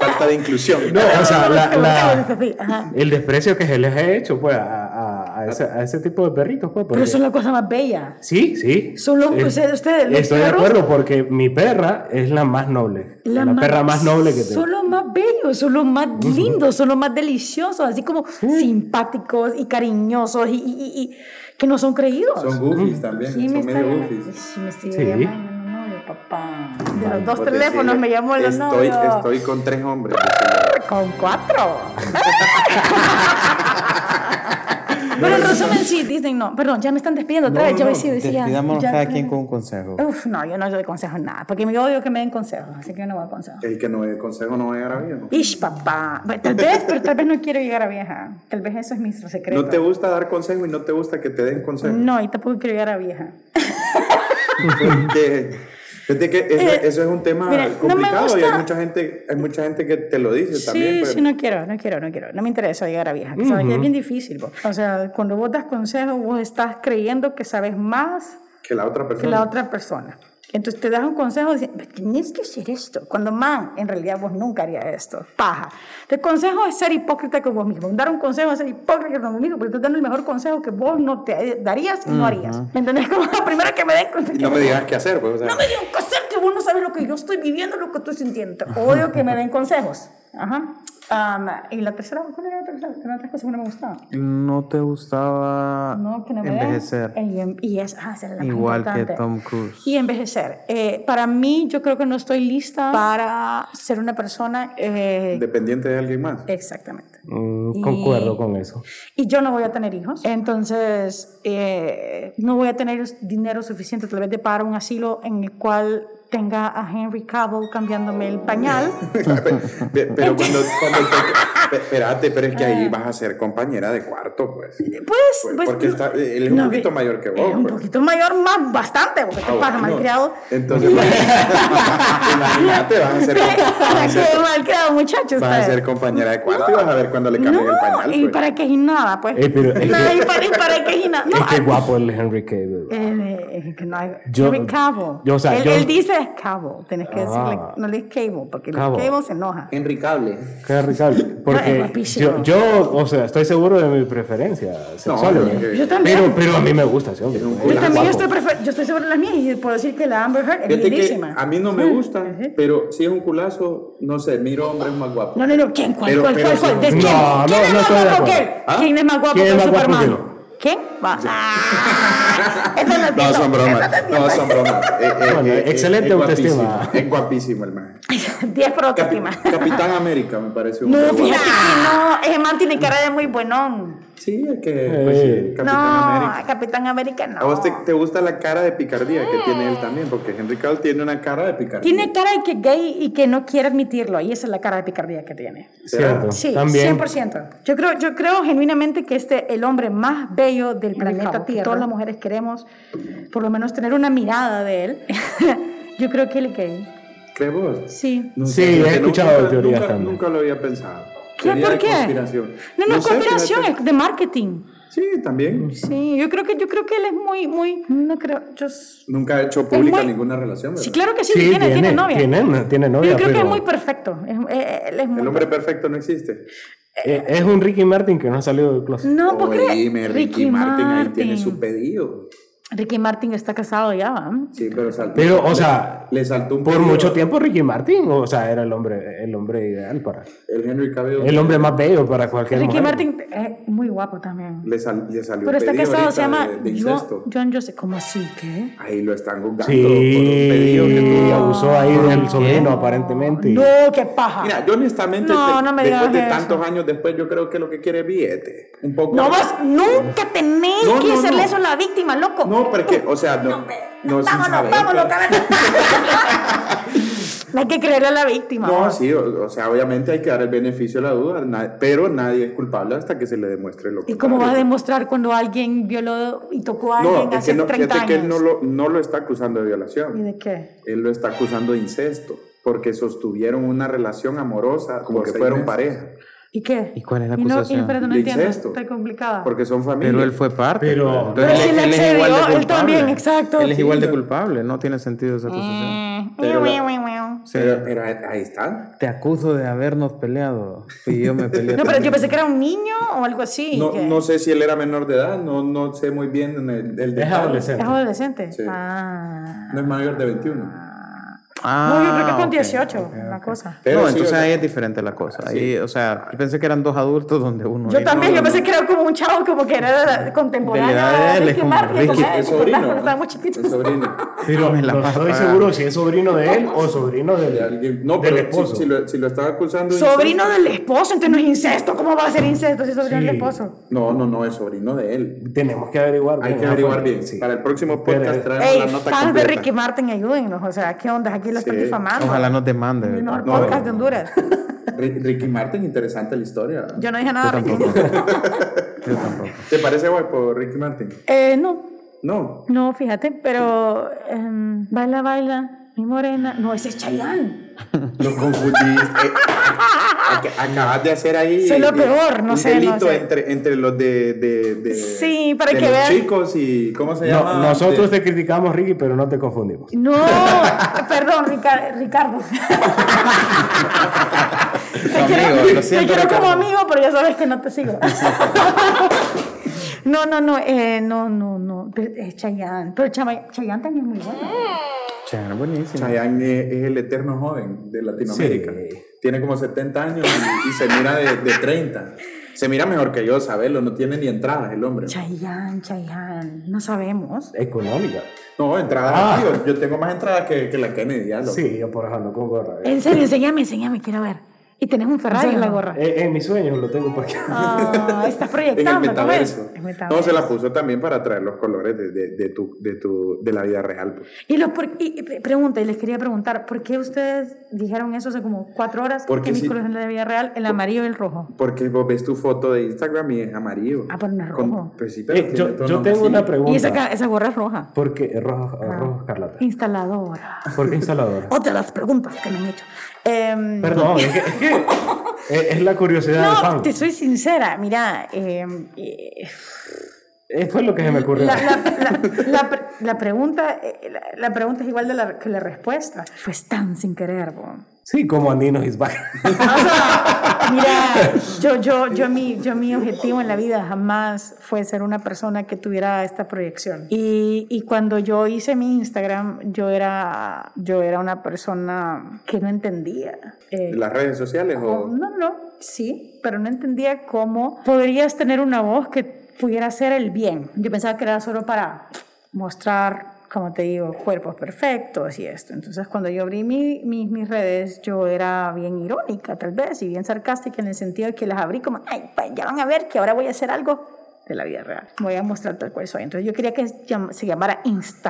Speaker 4: Falta de inclusión.
Speaker 3: no, o sea, la-
Speaker 2: Qué
Speaker 3: la-
Speaker 2: bonito, sí, ajá.
Speaker 3: el desprecio que se les ha hecho pues, a, a- a a, ese, a ese tipo de perritos, pues.
Speaker 2: Pero
Speaker 3: porque-
Speaker 2: eso es la cosa más bella.
Speaker 3: Sí, sí.
Speaker 2: Son los-
Speaker 3: Eh,
Speaker 2: o sea, ustedes, los
Speaker 3: Estoy de
Speaker 2: perros-
Speaker 3: acuerdo porque mi perra es la más noble. La, perra más noble que tengo.
Speaker 2: Son los más bellos, son los más lindos, son los más deliciosos, así como simpáticos y cariñosos y, y- y- y que no son creídos.
Speaker 4: Son goofies también,
Speaker 2: Sí, me
Speaker 4: son
Speaker 2: está
Speaker 4: medio
Speaker 2: llamando.
Speaker 4: goofies.
Speaker 2: Sí, me estoy
Speaker 3: Sí.
Speaker 2: llamando el novio, papá. De los dos
Speaker 4: Por
Speaker 2: teléfonos
Speaker 4: decirle,
Speaker 2: me llamó el
Speaker 4: estoy,
Speaker 2: novio.
Speaker 4: estoy con tres hombres. decirle.
Speaker 2: Con cuatro. Pero en resumen, sí, dicen no. Perdón, ya me están despidiendo otra
Speaker 5: No,
Speaker 2: vez.
Speaker 5: no,
Speaker 2: yo
Speaker 5: no,
Speaker 2: sí decía.
Speaker 5: despidámonos
Speaker 2: ya-
Speaker 5: cada quien con un consejo.
Speaker 2: Uf, no, yo no doy consejos nada, porque me odio que me den consejos, así que yo no voy a consejos.
Speaker 4: El que no el consejo no va a llegar a viejo.
Speaker 2: Ish, papá. Bueno, Tal vez, pero tal vez no quiero llegar a vieja. Tal vez eso es mi secreto.
Speaker 4: No te gusta dar consejo y no te gusta que te den consejo.
Speaker 2: No, y tampoco quiero llegar a vieja.
Speaker 4: Porque fíjate que eso,
Speaker 2: Eh,
Speaker 4: eso es un tema
Speaker 2: mira, no me
Speaker 4: complicado y
Speaker 2: gusta-
Speaker 4: hay mucha gente, hay mucha gente que te lo dice
Speaker 2: sí,
Speaker 4: también. pues, pero-
Speaker 2: sí, no quiero, no quiero, no quiero. No me interesa llegar a vieja. que sabes que Es bien difícil. vos. O sea, cuando vos das consejos, vos estás creyendo que sabes más
Speaker 4: Que la otra
Speaker 2: que
Speaker 4: persona.
Speaker 2: la otra persona. Entonces te das un consejo, dices, "Pero tenés que hacer esto. Cuando man, en realidad vos nunca harías esto. Paja. El consejo es ser hipócrita con vos mismo. Dar un consejo es ser hipócrita con vos mismo, porque te estás dando el mejor consejo que vos no te darías y no harías. ¿Me entendés? Como la primera que me den
Speaker 4: Y no me digas qué hacer, pues. o sea,
Speaker 2: no me digan consejos que vos no sabes lo que yo estoy viviendo, lo que estoy sintiendo. Odio que me den consejos. Ajá. Am, y la tercera, ¿cuál era la tercera? Era otra cosa que no me gustaba.
Speaker 5: No te gustaba
Speaker 2: No, que no me den.
Speaker 5: envejecer.
Speaker 2: Y, en- y es, ah, esa era la más
Speaker 5: Igual que
Speaker 2: importante.
Speaker 5: Tom Cruise.
Speaker 2: Y envejecer. Eh, para mí, yo creo que no estoy lista para ser una persona. eh,
Speaker 4: Dependiente de alguien más.
Speaker 2: exactamente.
Speaker 3: Mm, Concuerdo con eso.
Speaker 2: Y yo no voy a tener hijos. Entonces, eh, no voy a tener dinero suficiente tal vez de pagar un asilo en el cual tenga a Henry Cavill cambiándome el pañal.
Speaker 4: Pe- pero cuando, cuando el peque- pe- espérate, pero es que ahí vas a ser compañera de cuarto, pues.
Speaker 2: Ah. Pues, pues,
Speaker 4: Porque
Speaker 2: no-
Speaker 4: está- eh, él es un poquito
Speaker 2: ve-
Speaker 4: mayor que vos,
Speaker 2: Es un
Speaker 4: pues.
Speaker 2: poquito mayor, más bastante, porque te
Speaker 4: Ah,
Speaker 2: pasa,
Speaker 4: bueno.
Speaker 2: malcriado.
Speaker 4: Entonces, imagínate, vas a ser, vas a ser-
Speaker 2: Qué malcriado, muchachos.
Speaker 4: vas a ser compañera de cuarto y vas a ver cuando le cambien el pañal.
Speaker 2: y
Speaker 4: pues.
Speaker 2: para qué y nada, pues.
Speaker 3: Eh, pero-
Speaker 2: No, y para, y para qué y nada. No,
Speaker 3: es que
Speaker 2: ah,
Speaker 3: guapo el Henry Cavill.
Speaker 2: eh, eh, que no hay,
Speaker 3: Yo-
Speaker 2: Henry Cavill.
Speaker 3: yo, o sea,
Speaker 2: él,
Speaker 3: yo-
Speaker 2: él dice cabo, tenés que
Speaker 3: Ah.
Speaker 2: decirle, no le digas cable, porque
Speaker 3: Cabo.
Speaker 2: el cable se enoja.
Speaker 5: Enricable.
Speaker 3: Henry Cavill. Porque
Speaker 2: guapísimo.
Speaker 3: yo, yo, o sea, estoy seguro de mi preferencia sexual.
Speaker 4: pero
Speaker 3: ¿verdad?
Speaker 4: que-
Speaker 2: Yo también.
Speaker 3: pero, pero a mí me gusta ese hombre. pues,
Speaker 2: yo
Speaker 3: es
Speaker 2: también
Speaker 3: guapo.
Speaker 2: estoy, prefer- yo estoy sobre las mías y puedo decir que la Amber Heard es
Speaker 4: Fíjate que
Speaker 2: lindísima.
Speaker 4: a mí no me gusta, pero si es un culazo, no sé, miro hombres más guapos.
Speaker 2: No, no, no, ¿quién? ¿Cuál,
Speaker 4: Pero-
Speaker 2: cuál,
Speaker 4: pero
Speaker 2: cuál,
Speaker 4: sí,
Speaker 2: cuál? ¿De
Speaker 3: no,
Speaker 2: quién?
Speaker 3: no,
Speaker 2: ¿Quién es
Speaker 3: no
Speaker 2: más
Speaker 3: estoy de
Speaker 2: guapo que
Speaker 3: acuerdo.
Speaker 2: él?
Speaker 4: ¿Ah?
Speaker 2: ¿Quién es más guapo
Speaker 3: ¿Quién
Speaker 2: que
Speaker 3: es más guapo que
Speaker 2: Superman?
Speaker 3: yo?
Speaker 2: ¿Quién? Va. Ah, esta la
Speaker 4: No,
Speaker 2: entiendo,
Speaker 4: son
Speaker 2: esta
Speaker 4: bromas.
Speaker 2: la
Speaker 4: No,
Speaker 2: entiendo.
Speaker 4: son bromas. Eh, eh,
Speaker 3: Bueno,
Speaker 4: eh, eh,
Speaker 3: excelente
Speaker 4: es
Speaker 3: autoestima.
Speaker 4: guapísimo, Es guapísimo el man.
Speaker 2: 10 por
Speaker 4: Capi-
Speaker 2: autoestima.
Speaker 4: Capitán América me parece un
Speaker 2: No,
Speaker 4: hombre
Speaker 2: fíjate
Speaker 4: guapo.
Speaker 2: que no. Ese man tiene cara de muy buenón.
Speaker 4: Sí, es que pues, sí, Capitán
Speaker 2: no,
Speaker 4: América.
Speaker 2: Capitán América no.
Speaker 4: A vos te, te gusta la cara de picardía que tiene él también, porque Henry Cavill tiene una cara de picardía.
Speaker 2: Tiene cara de que gay y que no quiere admitirlo. Y esa es la cara de picardía que tiene.
Speaker 3: Cierto.
Speaker 2: Sí,
Speaker 3: también.
Speaker 2: 100%. Yo creo, yo creo genuinamente que este el hombre más bello del planeta Tierra. Todas las mujeres queremos por lo menos tener una mirada de él. yo creo que él es gay.
Speaker 4: ¿Crees vos?
Speaker 2: Sí.
Speaker 4: No
Speaker 3: Sí,
Speaker 4: sé,
Speaker 3: he
Speaker 4: fíjate,
Speaker 3: escuchado
Speaker 4: nunca-
Speaker 3: teorías
Speaker 4: nunca,
Speaker 3: también.
Speaker 4: Nunca lo había pensado.
Speaker 2: ¿Qué?
Speaker 4: Teoría
Speaker 2: ¿Por
Speaker 4: de
Speaker 2: qué?
Speaker 4: conspiración.
Speaker 2: No, no, es
Speaker 4: sé,
Speaker 2: conspiración, Mm.
Speaker 4: fíjate.
Speaker 2: es de marketing.
Speaker 4: Sí, también.
Speaker 2: Sí, yo creo que yo creo que él es muy muy no creo, yo s-
Speaker 4: Nunca ha hecho pública
Speaker 2: muy-
Speaker 4: ninguna relación. ¿verdad?
Speaker 2: Sí, claro que sí,
Speaker 3: Sí,
Speaker 2: tiene, tiene
Speaker 3: tiene,
Speaker 2: novia.
Speaker 3: tiene- tiene
Speaker 2: Pero
Speaker 3: novia,
Speaker 2: yo creo que
Speaker 3: pero-
Speaker 2: es muy perfecto. Es, eh, él es muy
Speaker 4: El hombre perfecto no existe.
Speaker 3: Eh, Es un Ricky Martin que no ha salido del closet.
Speaker 2: No, porque
Speaker 4: Oíme, Ricky, Martin, ahí tiene su pedido.
Speaker 2: Ricky Martin está casado ya, ¿va?
Speaker 4: Sí, pero saltó.
Speaker 3: Pero, o sea,
Speaker 4: le saltó un
Speaker 3: por
Speaker 4: pedido.
Speaker 3: mucho tiempo Ricky Martin, o sea, era el hombre, el hombre ideal para,
Speaker 4: El Henry Cavill.
Speaker 3: el hombre más bello para cualquier
Speaker 2: Ricky
Speaker 3: mujer.
Speaker 2: Martin es muy guapo también.
Speaker 4: Le, sal- le salió
Speaker 2: Pero
Speaker 4: un
Speaker 2: está
Speaker 4: pedido
Speaker 2: casado, se
Speaker 4: ahorita
Speaker 2: llama
Speaker 4: de, de
Speaker 2: Jo-
Speaker 4: incesto.
Speaker 2: John Joseph. ¿Cómo así? ¿Qué?
Speaker 4: Ahí lo están juzgando por un pedido que
Speaker 3: Sí,
Speaker 4: tuvo.
Speaker 3: abusó ahí del sobrino aparentemente.
Speaker 2: No, qué paja.
Speaker 4: Mira, yo honestamente,
Speaker 2: No,
Speaker 4: de-
Speaker 2: no me
Speaker 4: después
Speaker 2: digas
Speaker 4: de
Speaker 2: eso.
Speaker 4: tantos años después, yo creo que lo que quiere es billete. Un poco.
Speaker 2: no vas, nunca tenés
Speaker 4: No,
Speaker 2: que
Speaker 4: no,
Speaker 2: hacerle
Speaker 4: no.
Speaker 2: eso a la víctima, loco.
Speaker 4: No, porque, o sea, no. No, sin
Speaker 2: vámonos,
Speaker 4: saber,
Speaker 2: vámonos,
Speaker 4: pero-
Speaker 2: cabezón. No hay que creerle a la víctima.
Speaker 4: No, sí, o, o sea, obviamente hay que dar el beneficio de la duda, na- pero nadie es culpable hasta que se le demuestre lo que.
Speaker 2: ¿Y cómo vas a demostrar cuando alguien violó y tocó a alguien
Speaker 4: No, es
Speaker 2: hace
Speaker 4: que no,
Speaker 2: 30
Speaker 4: fíjate
Speaker 2: años?
Speaker 4: que él no lo, no lo está acusando de
Speaker 2: ¿Y
Speaker 4: violación.
Speaker 2: de qué?
Speaker 4: Él lo está acusando de incesto, porque sostuvieron una relación amorosa como que fueron pareja.
Speaker 2: ¿Y qué?
Speaker 5: ¿Y cuál es la
Speaker 2: Y no, y,
Speaker 5: acusación?
Speaker 2: pero no
Speaker 4: De
Speaker 2: entiendo,
Speaker 4: incesto.
Speaker 2: está complicada.
Speaker 4: Porque son familia.
Speaker 5: Pero él fue parte.
Speaker 3: Pero-
Speaker 5: pues,
Speaker 2: Pero si él accedió, él
Speaker 5: culpable.
Speaker 2: también, exacto.
Speaker 5: Él es igual de
Speaker 2: Sí.
Speaker 5: culpable, no tiene sentido esa acusación.
Speaker 2: Mm.
Speaker 4: Pero la-
Speaker 5: Sí.
Speaker 4: Pero, pero ahí- ahí están.
Speaker 5: Te acuso de habernos peleado. Y yo me peleé.
Speaker 2: No, pero yo
Speaker 5: también.
Speaker 2: pensé que era un niño o algo así.
Speaker 4: No,
Speaker 2: que-
Speaker 4: no sé si él era menor de edad, no, no sé muy bien el, el
Speaker 3: Es
Speaker 4: detalle.
Speaker 3: adolescente.
Speaker 2: Es adolescente.
Speaker 4: Sí.
Speaker 2: Ah.
Speaker 4: No es mayor de 21.
Speaker 5: Ah,
Speaker 2: No, yo creo que es con
Speaker 5: ok,
Speaker 2: 18,
Speaker 5: ok,
Speaker 2: una
Speaker 5: ok.
Speaker 2: cosa.
Speaker 4: Pero
Speaker 5: no,
Speaker 4: sí,
Speaker 5: entonces
Speaker 4: o sea,
Speaker 5: ahí es diferente la cosa. Ahí, o sea, yo pensé que eran dos adultos donde uno.
Speaker 2: Yo
Speaker 5: era-
Speaker 2: también,
Speaker 4: no,
Speaker 2: yo
Speaker 4: no.
Speaker 2: pensé que era como un chavo como que era
Speaker 5: De
Speaker 2: contemporáneo.
Speaker 5: la edad de él,
Speaker 2: de
Speaker 5: es
Speaker 2: Ricky
Speaker 5: como
Speaker 2: Martin,
Speaker 5: Ricky,
Speaker 2: o sea,
Speaker 4: es
Speaker 2: ¿te acordás
Speaker 4: sobrino.
Speaker 2: Cuando estaban muy
Speaker 4: Es
Speaker 2: chiquitos.
Speaker 4: sobrino.
Speaker 3: Pero
Speaker 5: Ah, Me la
Speaker 3: no
Speaker 5: vas a
Speaker 3: estoy
Speaker 5: pagar.
Speaker 3: seguro si es sobrino de él o sobrino del,
Speaker 4: De alguien- No,
Speaker 3: del
Speaker 4: pero si-
Speaker 3: esposo.
Speaker 4: si, lo, si lo estaba acusando. de
Speaker 2: Sobrino del esposo, entonces no es incesto. ¿Cómo va a ser incesto si es sobrino
Speaker 3: Sí.
Speaker 2: del esposo?
Speaker 4: incesto. No, no, no, es sobrino de él.
Speaker 3: Tenemos que averiguar.
Speaker 4: Hay
Speaker 3: bien,
Speaker 4: que
Speaker 3: ah,
Speaker 4: averiguar
Speaker 3: pues,
Speaker 4: bien.
Speaker 3: sí. eh.
Speaker 4: Para el próximo
Speaker 3: Pero-
Speaker 4: podcast traemos
Speaker 2: Ey,
Speaker 4: la
Speaker 2: fans
Speaker 4: nota
Speaker 2: de
Speaker 4: completa.
Speaker 2: Ricky Martin, ayúdennos. O sea, ¿qué onda? Aquí lo están
Speaker 4: Sí.
Speaker 2: difamando.
Speaker 5: Ojalá nos demande.
Speaker 2: En
Speaker 5: ¿verdad?
Speaker 2: un
Speaker 4: No,
Speaker 2: podcast
Speaker 4: no.
Speaker 2: de Honduras.
Speaker 4: Ri- Ricky Martin, interesante la historia.
Speaker 2: Yo no dije nada. Ricky.
Speaker 5: tampoco. Yo tampoco.
Speaker 4: ¿Te parece guapo Ricky Martin?
Speaker 2: Eh, no,
Speaker 4: No.
Speaker 2: no, fíjate, pero em, baila, baila, mi morena. No, ese es Chayanne.
Speaker 4: Lo confundiste. Eh, ac- acabas de hacer ahí.
Speaker 2: Soy lo
Speaker 4: eh,
Speaker 2: peor, no
Speaker 4: un
Speaker 2: sé, no
Speaker 4: delito
Speaker 2: sé.
Speaker 4: entre, entre los de. de, de-
Speaker 2: Sí, para
Speaker 4: de
Speaker 2: que
Speaker 4: los
Speaker 2: vean.
Speaker 4: chicos y. ¿Cómo se
Speaker 3: No,
Speaker 4: llama?
Speaker 3: nosotros
Speaker 4: De-
Speaker 3: te criticamos, Ricky, pero no te confundimos.
Speaker 2: No, perdón, Rica- Ricardo. te
Speaker 5: amigo,
Speaker 2: quiero,
Speaker 5: lo
Speaker 2: te
Speaker 5: siento,
Speaker 2: quiero como
Speaker 5: Ricardo.
Speaker 2: amigo, pero ya sabes que no te sigo. no, no, no, eh, no, no, no. pero Es Chayanne. Pero Chama- Chayanne también es muy bueno.
Speaker 5: Chévere, buenísimo.
Speaker 4: Chayanne es, es el eterno joven de Latinoamérica.
Speaker 3: Sí.
Speaker 4: Tiene como 70 años y, y se mira de, de 30. Se mira mejor que yo, sabelo, no tiene ni entradas el hombre.
Speaker 2: Chayanne, Chayanne. No sabemos.
Speaker 3: Económica.
Speaker 4: No, entradas
Speaker 3: Ah.
Speaker 4: tío, yo tengo más entradas que, que la Kennedy, ya lo.
Speaker 3: Sí, yo por ejemplo con gorra. Eh,
Speaker 2: En serio, enséñame, enséñame, quiero ver. Y tenés un Ferrari en la gorra.
Speaker 3: en Eh, mis sueños lo tengo porque.
Speaker 2: Ah, estás
Speaker 4: En el
Speaker 2: proyectando, ¿no ves?
Speaker 4: metaverso.
Speaker 2: El metaverso.
Speaker 4: No, se la puso también para traer los colores de, de, de tu, de, tu, de la vida real. pues.
Speaker 2: Y, los por- y- y pre- pregunta, y les quería preguntar, ¿por qué ustedes dijeron eso hace como cuatro horas?
Speaker 4: Porque
Speaker 2: que mis
Speaker 4: sí.
Speaker 2: colores en la vida real, el amarillo y el rojo.
Speaker 4: Porque vos ves tu foto de Instagram y es amarillo.
Speaker 2: Ah, pero no es
Speaker 4: Con-
Speaker 2: rojo.
Speaker 4: pues sí, pero
Speaker 3: Eh,
Speaker 4: tiene
Speaker 3: yo,
Speaker 4: tono
Speaker 3: yo tengo
Speaker 4: así.
Speaker 3: una pregunta.
Speaker 2: Y esa, ca- esa gorra es roja.
Speaker 3: ¿Por qué es rojo,
Speaker 4: Ah.
Speaker 3: es rojo escarlata?
Speaker 2: Instaladora.
Speaker 3: ¿Por qué instaladora?
Speaker 2: Otra de las preguntas que me han hecho. Em,
Speaker 3: Perdón, es que, es, que es- es la curiosidad del
Speaker 2: no,
Speaker 3: fan.
Speaker 2: te soy sincera, mira, em, eh,
Speaker 3: Eh, Fue lo que se me ocurrió.
Speaker 2: la, la- la- la pre- la pregunta, eh, la, la pregunta es igual de la, que la respuesta. Fue tan sin querer, bo.
Speaker 3: Sí, como Andino is back.
Speaker 2: O sea, mira, yo, yo, yo, mi, yo mi objetivo en la vida jamás fue ser una persona que tuviera esta proyección. Y, y cuando yo hice mi Instagram, yo era, yo era una persona que no entendía. eh,
Speaker 4: ¿Las redes sociales
Speaker 2: cómo-
Speaker 4: o...?
Speaker 2: Ah, no, no, sí, pero no entendía cómo podrías tener una voz que pudiera hacer el bien. Yo pensaba que era solo para mostrar como te digo, cuerpos perfectos y esto. Entonces, cuando yo abrí mi- mi- mis redes, yo era bien irónica, tal vez, y bien sarcástica en el sentido de que las abrí como, ay, pues ya van a ver que ahora voy a hacer algo de la vida real. Voy a mostrar tal cual soy. Entonces, yo quería que se llam- se llamara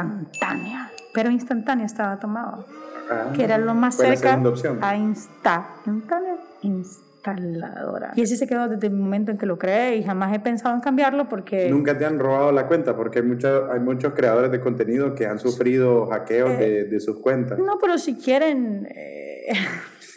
Speaker 2: instantánea, pero instantánea estaba tomado
Speaker 4: Ah,
Speaker 2: que era lo más
Speaker 4: fue la
Speaker 2: cerca
Speaker 4: segunda opción.
Speaker 2: a insta, instala- instaladora. Y así se quedó desde el momento en que lo creé y jamás he pensado en cambiarlo porque...
Speaker 4: Nunca te han robado la cuenta porque hay, mucha- hay muchos creadores de contenido que han sufrido hackeos de, de sus cuentas.
Speaker 2: Eh, No, pero si quieren... eh,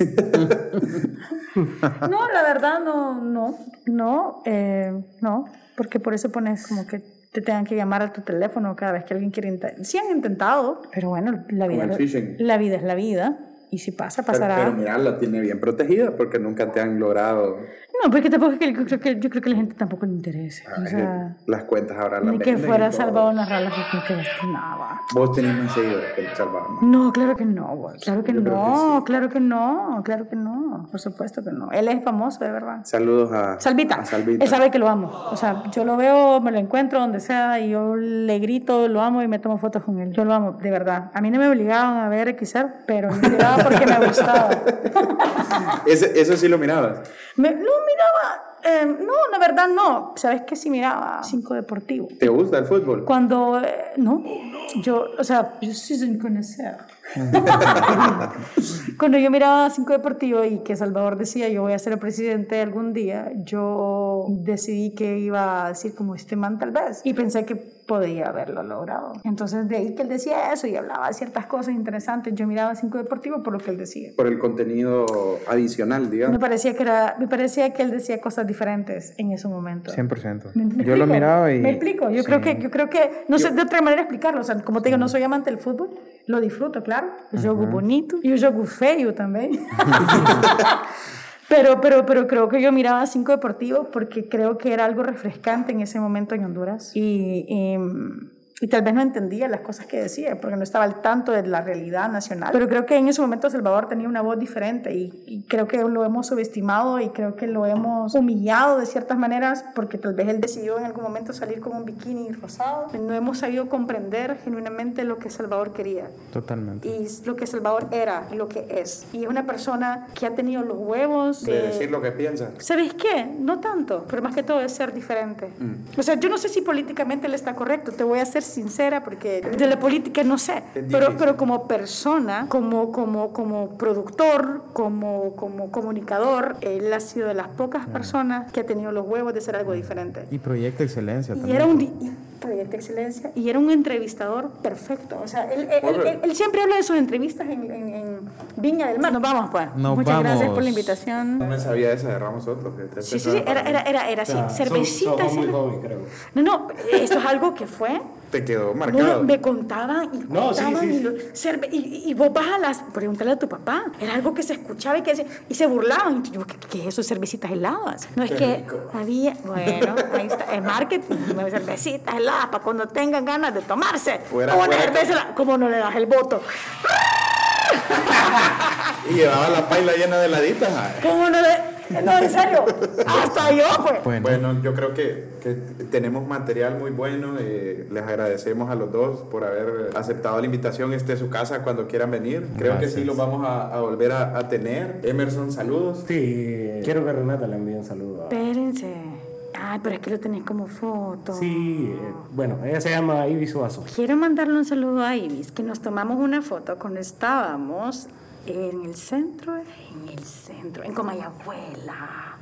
Speaker 2: no, la verdad no, no, no, eh, no, porque por eso pones como que te tengan que llamar a tu teléfono cada vez que alguien quiere intentar. Sí han intentado, pero bueno, la
Speaker 4: Como
Speaker 2: vida,
Speaker 4: el phishing.
Speaker 2: la vida es la vida y si pasa,
Speaker 4: Pero,
Speaker 2: pasará.
Speaker 4: pero mira, la tiene bien protegida porque nunca te han logrado...
Speaker 2: No, porque tampoco es que yo creo que, yo creo que la gente tampoco le interese.
Speaker 4: Ah,
Speaker 2: o sea,
Speaker 4: eh, las cuentas ahora las
Speaker 2: ni que
Speaker 4: venden y
Speaker 2: fuera
Speaker 4: todo.
Speaker 2: Salvador Narrala que creo que destinaba.
Speaker 4: Vos tenés más seguidores que el Salvador. ¿no?
Speaker 2: No, claro que no, güey, claro que
Speaker 4: Yo creo que
Speaker 2: no, claro que no, claro que no, por supuesto que no. Él es famoso, de verdad.
Speaker 4: Saludos a...
Speaker 2: Ah, Salvita,
Speaker 4: a Salvita.
Speaker 2: él sabe que lo amo. O sea, yo lo veo, me lo encuentro donde sea y yo le grito, lo amo y me tomo fotos con él. Yo lo amo, de verdad. A mí no me obligaban a ver XR, pero me obligaba porque me gustaba.
Speaker 4: Ese- eso sí lo mirabas.
Speaker 2: Me- no miraba, eh, no, la verdad no. ¿Sabes qué? Sí miraba Cinco Deportivo.
Speaker 4: ¿Te gusta el fútbol?
Speaker 2: Cuando, eh, no, yo, o sea, yo soy sin conocer. Cuando yo miraba Cinco Deportivo y que Salvador decía yo voy a ser el presidente algún día, yo decidí que iba a decir como este man tal vez. Y pensé que podía haberlo logrado. Entonces, de ahí que él decía eso y hablaba ciertas cosas interesantes. Yo miraba Cinco Deportivo por lo que él decía.
Speaker 4: Por el contenido adicional, digamos.
Speaker 2: Me parecía que, era, me parecía que él decía cosas diferentes en ese momento.
Speaker 5: 100%.
Speaker 2: ¿Me- me
Speaker 5: yo lo
Speaker 2: explico?
Speaker 5: miraba y...
Speaker 2: Me explico, yo, creo
Speaker 5: Sí.
Speaker 2: que, yo creo que, no sé de otra manera explicarlo, o sea, como te digo, no soy amante del fútbol, lo disfruto, claro, yo jogo bonito y yo jogo feo también. pero, pero, pero creo que yo miraba Cinco Deportivos porque creo que era algo refrescante en ese momento en Honduras y... y, y tal vez no entendía las cosas que decía, porque no estaba al tanto de la realidad nacional. Pero creo que en ese momento Salvador tenía una voz diferente y, y creo que lo hemos subestimado y creo que lo hemos humillado de ciertas maneras porque tal vez él decidió en algún momento salir con un bikini rosado. No hemos sabido comprender genuinamente lo que Salvador quería
Speaker 5: Totalmente.
Speaker 2: y lo que Salvador era y lo que es. Y es una persona que ha tenido los huevos
Speaker 4: De decir lo que piensa.
Speaker 2: ¿Sabes qué? No tanto, pero más que todo es ser diferente. O sea, yo no sé si políticamente él está correcto, te voy a ser sincera porque de la política no sé, pero, pero como persona, como, como, como productor, como, como comunicador, él ha sido de las pocas personas que ha tenido los huevos de ser algo diferente.
Speaker 5: Y proyecta excelencia
Speaker 2: Y
Speaker 5: también.
Speaker 2: era un di- y- proyecto de excelencia y era un entrevistador perfecto. O sea, él, él- él- él- él siempre habla de sus entrevistas en, en- en Viña del Mar. Nos vamos, pues.
Speaker 5: Nos
Speaker 2: Muchas gracias por
Speaker 5: vamos.
Speaker 2: la invitación.
Speaker 4: No me sabía esa de Ramos Soto. fíjate.
Speaker 2: Sí, sí, sí, era, era, era, era así, cervecita.
Speaker 6: Somos muy
Speaker 2: cerve-
Speaker 6: joven, creo.
Speaker 2: No, no, esto es algo que fue.
Speaker 4: Te quedó
Speaker 2: No,
Speaker 4: marcado.
Speaker 2: me contaban y
Speaker 6: No, sí,
Speaker 2: contaban
Speaker 6: sí,
Speaker 2: y, lo- cerve- y, y vos vas a las, pregúntale a tu papá, era algo que se escuchaba y que se, y se burlaban. Y yo, ¿qué, qué es eso? Cervecitas heladas. No es que había, bueno, ahí está, es marketing, no, cervecitas heladas para cuando tengan ganas de tomarse.
Speaker 4: Fuera,
Speaker 2: una
Speaker 4: fuera.
Speaker 2: cerveza helada, ¿cómo no le das el voto?
Speaker 4: Y llevaba la paila llena de ah, eh. heladitas. ay.
Speaker 2: ¿Cómo no le, no, en serio, hasta yo, pues.
Speaker 5: Bueno,
Speaker 4: Bueno, yo creo que, que tenemos material muy bueno. eh, les agradecemos a los dos por haber aceptado la invitación. Este es su casa cuando quieran venir. Creo que sí los vamos a, a volver a, a tener. Emerson, saludos.
Speaker 3: Sí, quiero que Renata le envíe un saludo. a-
Speaker 2: Espérense. Ay, pero es que lo tenés como foto.
Speaker 3: Sí, eh, bueno, ella se llama Ivy Suazo.
Speaker 2: Quiero mandarle un saludo a Ibis, que nos tomamos una foto cuando estábamos en el centro, en el centro, en Comayabuela.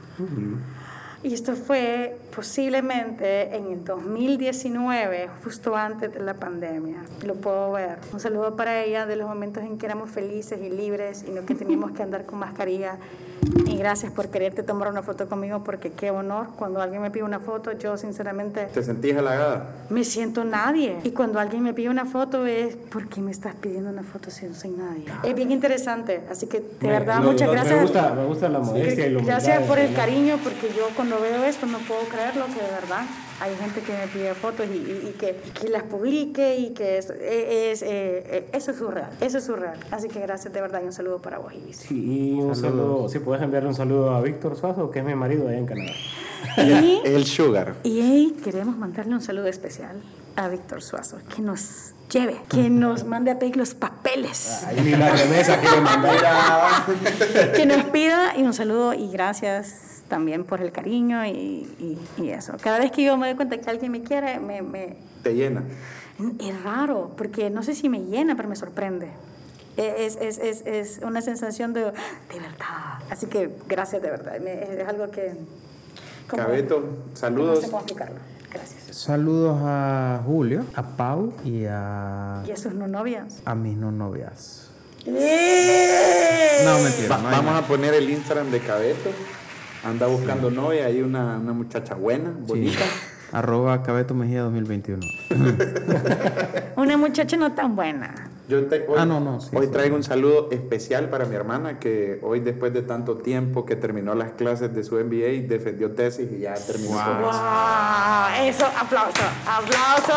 Speaker 2: Y esto fue posiblemente en el 2019, justo antes de la pandemia. Lo puedo ver. Un saludo para ella de los momentos en que éramos felices y libres y no que teníamos que andar con mascarilla. Y gracias por quererte tomar una foto conmigo porque qué honor. Cuando alguien me pide una foto, yo sinceramente
Speaker 4: ¿Te sentís halagada?
Speaker 2: me siento nadie. Y cuando alguien me pide una foto es, ¿por qué me estás pidiendo una foto si no soy nadie? Es bien interesante, así que de verdad,
Speaker 3: No,
Speaker 2: muchas
Speaker 3: no,
Speaker 2: gracias.
Speaker 3: Me gusta, me gusta la modestia y la humildad.
Speaker 2: Gracias por el
Speaker 3: ¿no?
Speaker 2: cariño, porque yo cuando veo esto no puedo creerlo, que de verdad hay gente que me pide fotos y, y- y que, y que las publique y que es, es- eh, eso es surreal, eso es surreal. Así que gracias de verdad y un saludo para vos, Ibis.
Speaker 3: Sí, y un saludo, si puedes enviarle un saludo a Víctor Suazo, que es mi marido allá en Canadá.
Speaker 2: Y-
Speaker 4: El sugar.
Speaker 2: Y ahí queremos mandarle un saludo especial a Víctor Suazo, que nos lleve, que nos mande a pedir los papeles.
Speaker 3: Ahí ni la remesa que le mandó.
Speaker 2: que nos pida y un saludo y gracias también por el cariño y, y- y eso. Cada vez que yo me doy cuenta que alguien me quiere, me, me-
Speaker 4: Te llena.
Speaker 2: es raro, porque no sé si me llena, pero me sorprende. E, Es, es- es- es una sensación de, de verdad. Así que gracias de verdad. Me- es, es algo que... como-
Speaker 4: Cabeto,
Speaker 2: No
Speaker 4: saludos.
Speaker 2: sé cómo explicarlo. Gracias.
Speaker 5: saludos a Julio, a Pau y a,
Speaker 2: Y a sus no novias.
Speaker 5: a mis no novias.
Speaker 2: ¡Eh!
Speaker 5: No, mentira.
Speaker 4: Va- vamos a poner el Instagram de Cabeto. Anda buscando novia, hay una, una muchacha buena, bonita.
Speaker 5: Arroba Cabeto Mejía 2021.
Speaker 2: Una muchacha no tan buena.
Speaker 4: Yo te- hoy,
Speaker 5: Ah, no, no, sí,
Speaker 4: hoy
Speaker 5: sí.
Speaker 4: traigo un saludo especial para mi hermana que hoy después de tanto tiempo que terminó las clases de su MBA defendió tesis y ya terminó.
Speaker 2: ¡Wow! Eso, aplauso, aplauso.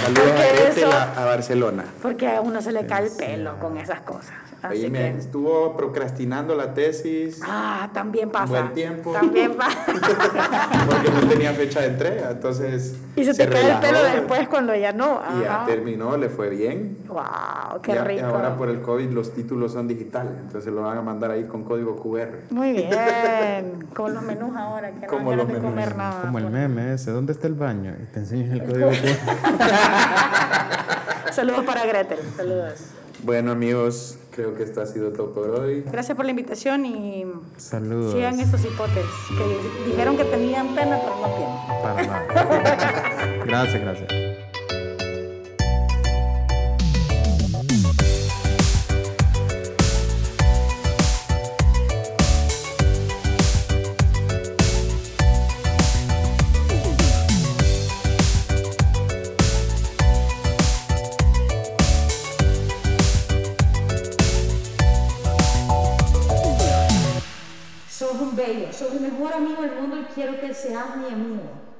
Speaker 4: Saludos a,
Speaker 2: Porque
Speaker 4: Gretel,
Speaker 2: eso-
Speaker 4: a- a Barcelona.
Speaker 2: Porque a uno se le cae el pelo con esas cosas. Así
Speaker 4: Oye, me
Speaker 2: que.
Speaker 4: estuvo procrastinando la tesis
Speaker 2: Ah, también pasa.
Speaker 4: Buen tiempo.
Speaker 2: También pasa.
Speaker 4: porque no tenía fecha de entrega, entonces
Speaker 2: y se, te cae el pelo
Speaker 4: relajó
Speaker 2: después cuando ya no.
Speaker 4: Y ya
Speaker 2: Ajá.
Speaker 4: terminó, le fue bien.
Speaker 2: Wow, qué
Speaker 4: Ya- y
Speaker 2: rico.
Speaker 4: ahora pues. por el COVID los títulos son digitales, entonces lo van a mandar ahí con código QR.
Speaker 2: Muy bien. Como los menús ahora, que
Speaker 4: Como
Speaker 2: no
Speaker 4: los
Speaker 2: quieren de
Speaker 4: menús,
Speaker 2: comer nada.
Speaker 5: Como el meme ese, ¿dónde está el baño? Y te enseñas el código. QR.
Speaker 2: Saludos para Gretel. Saludos.
Speaker 4: Bueno amigos, creo que esto ha sido todo por hoy.
Speaker 2: Gracias por la invitación y
Speaker 5: Saludos.
Speaker 2: sigan esos hipotes que dijeron que tenían pena, pero no tienen.
Speaker 5: Para la- Gracias, gracias.
Speaker 6: Sos un bello, sos el mejor amigo del mundo y quiero que seas mi amigo.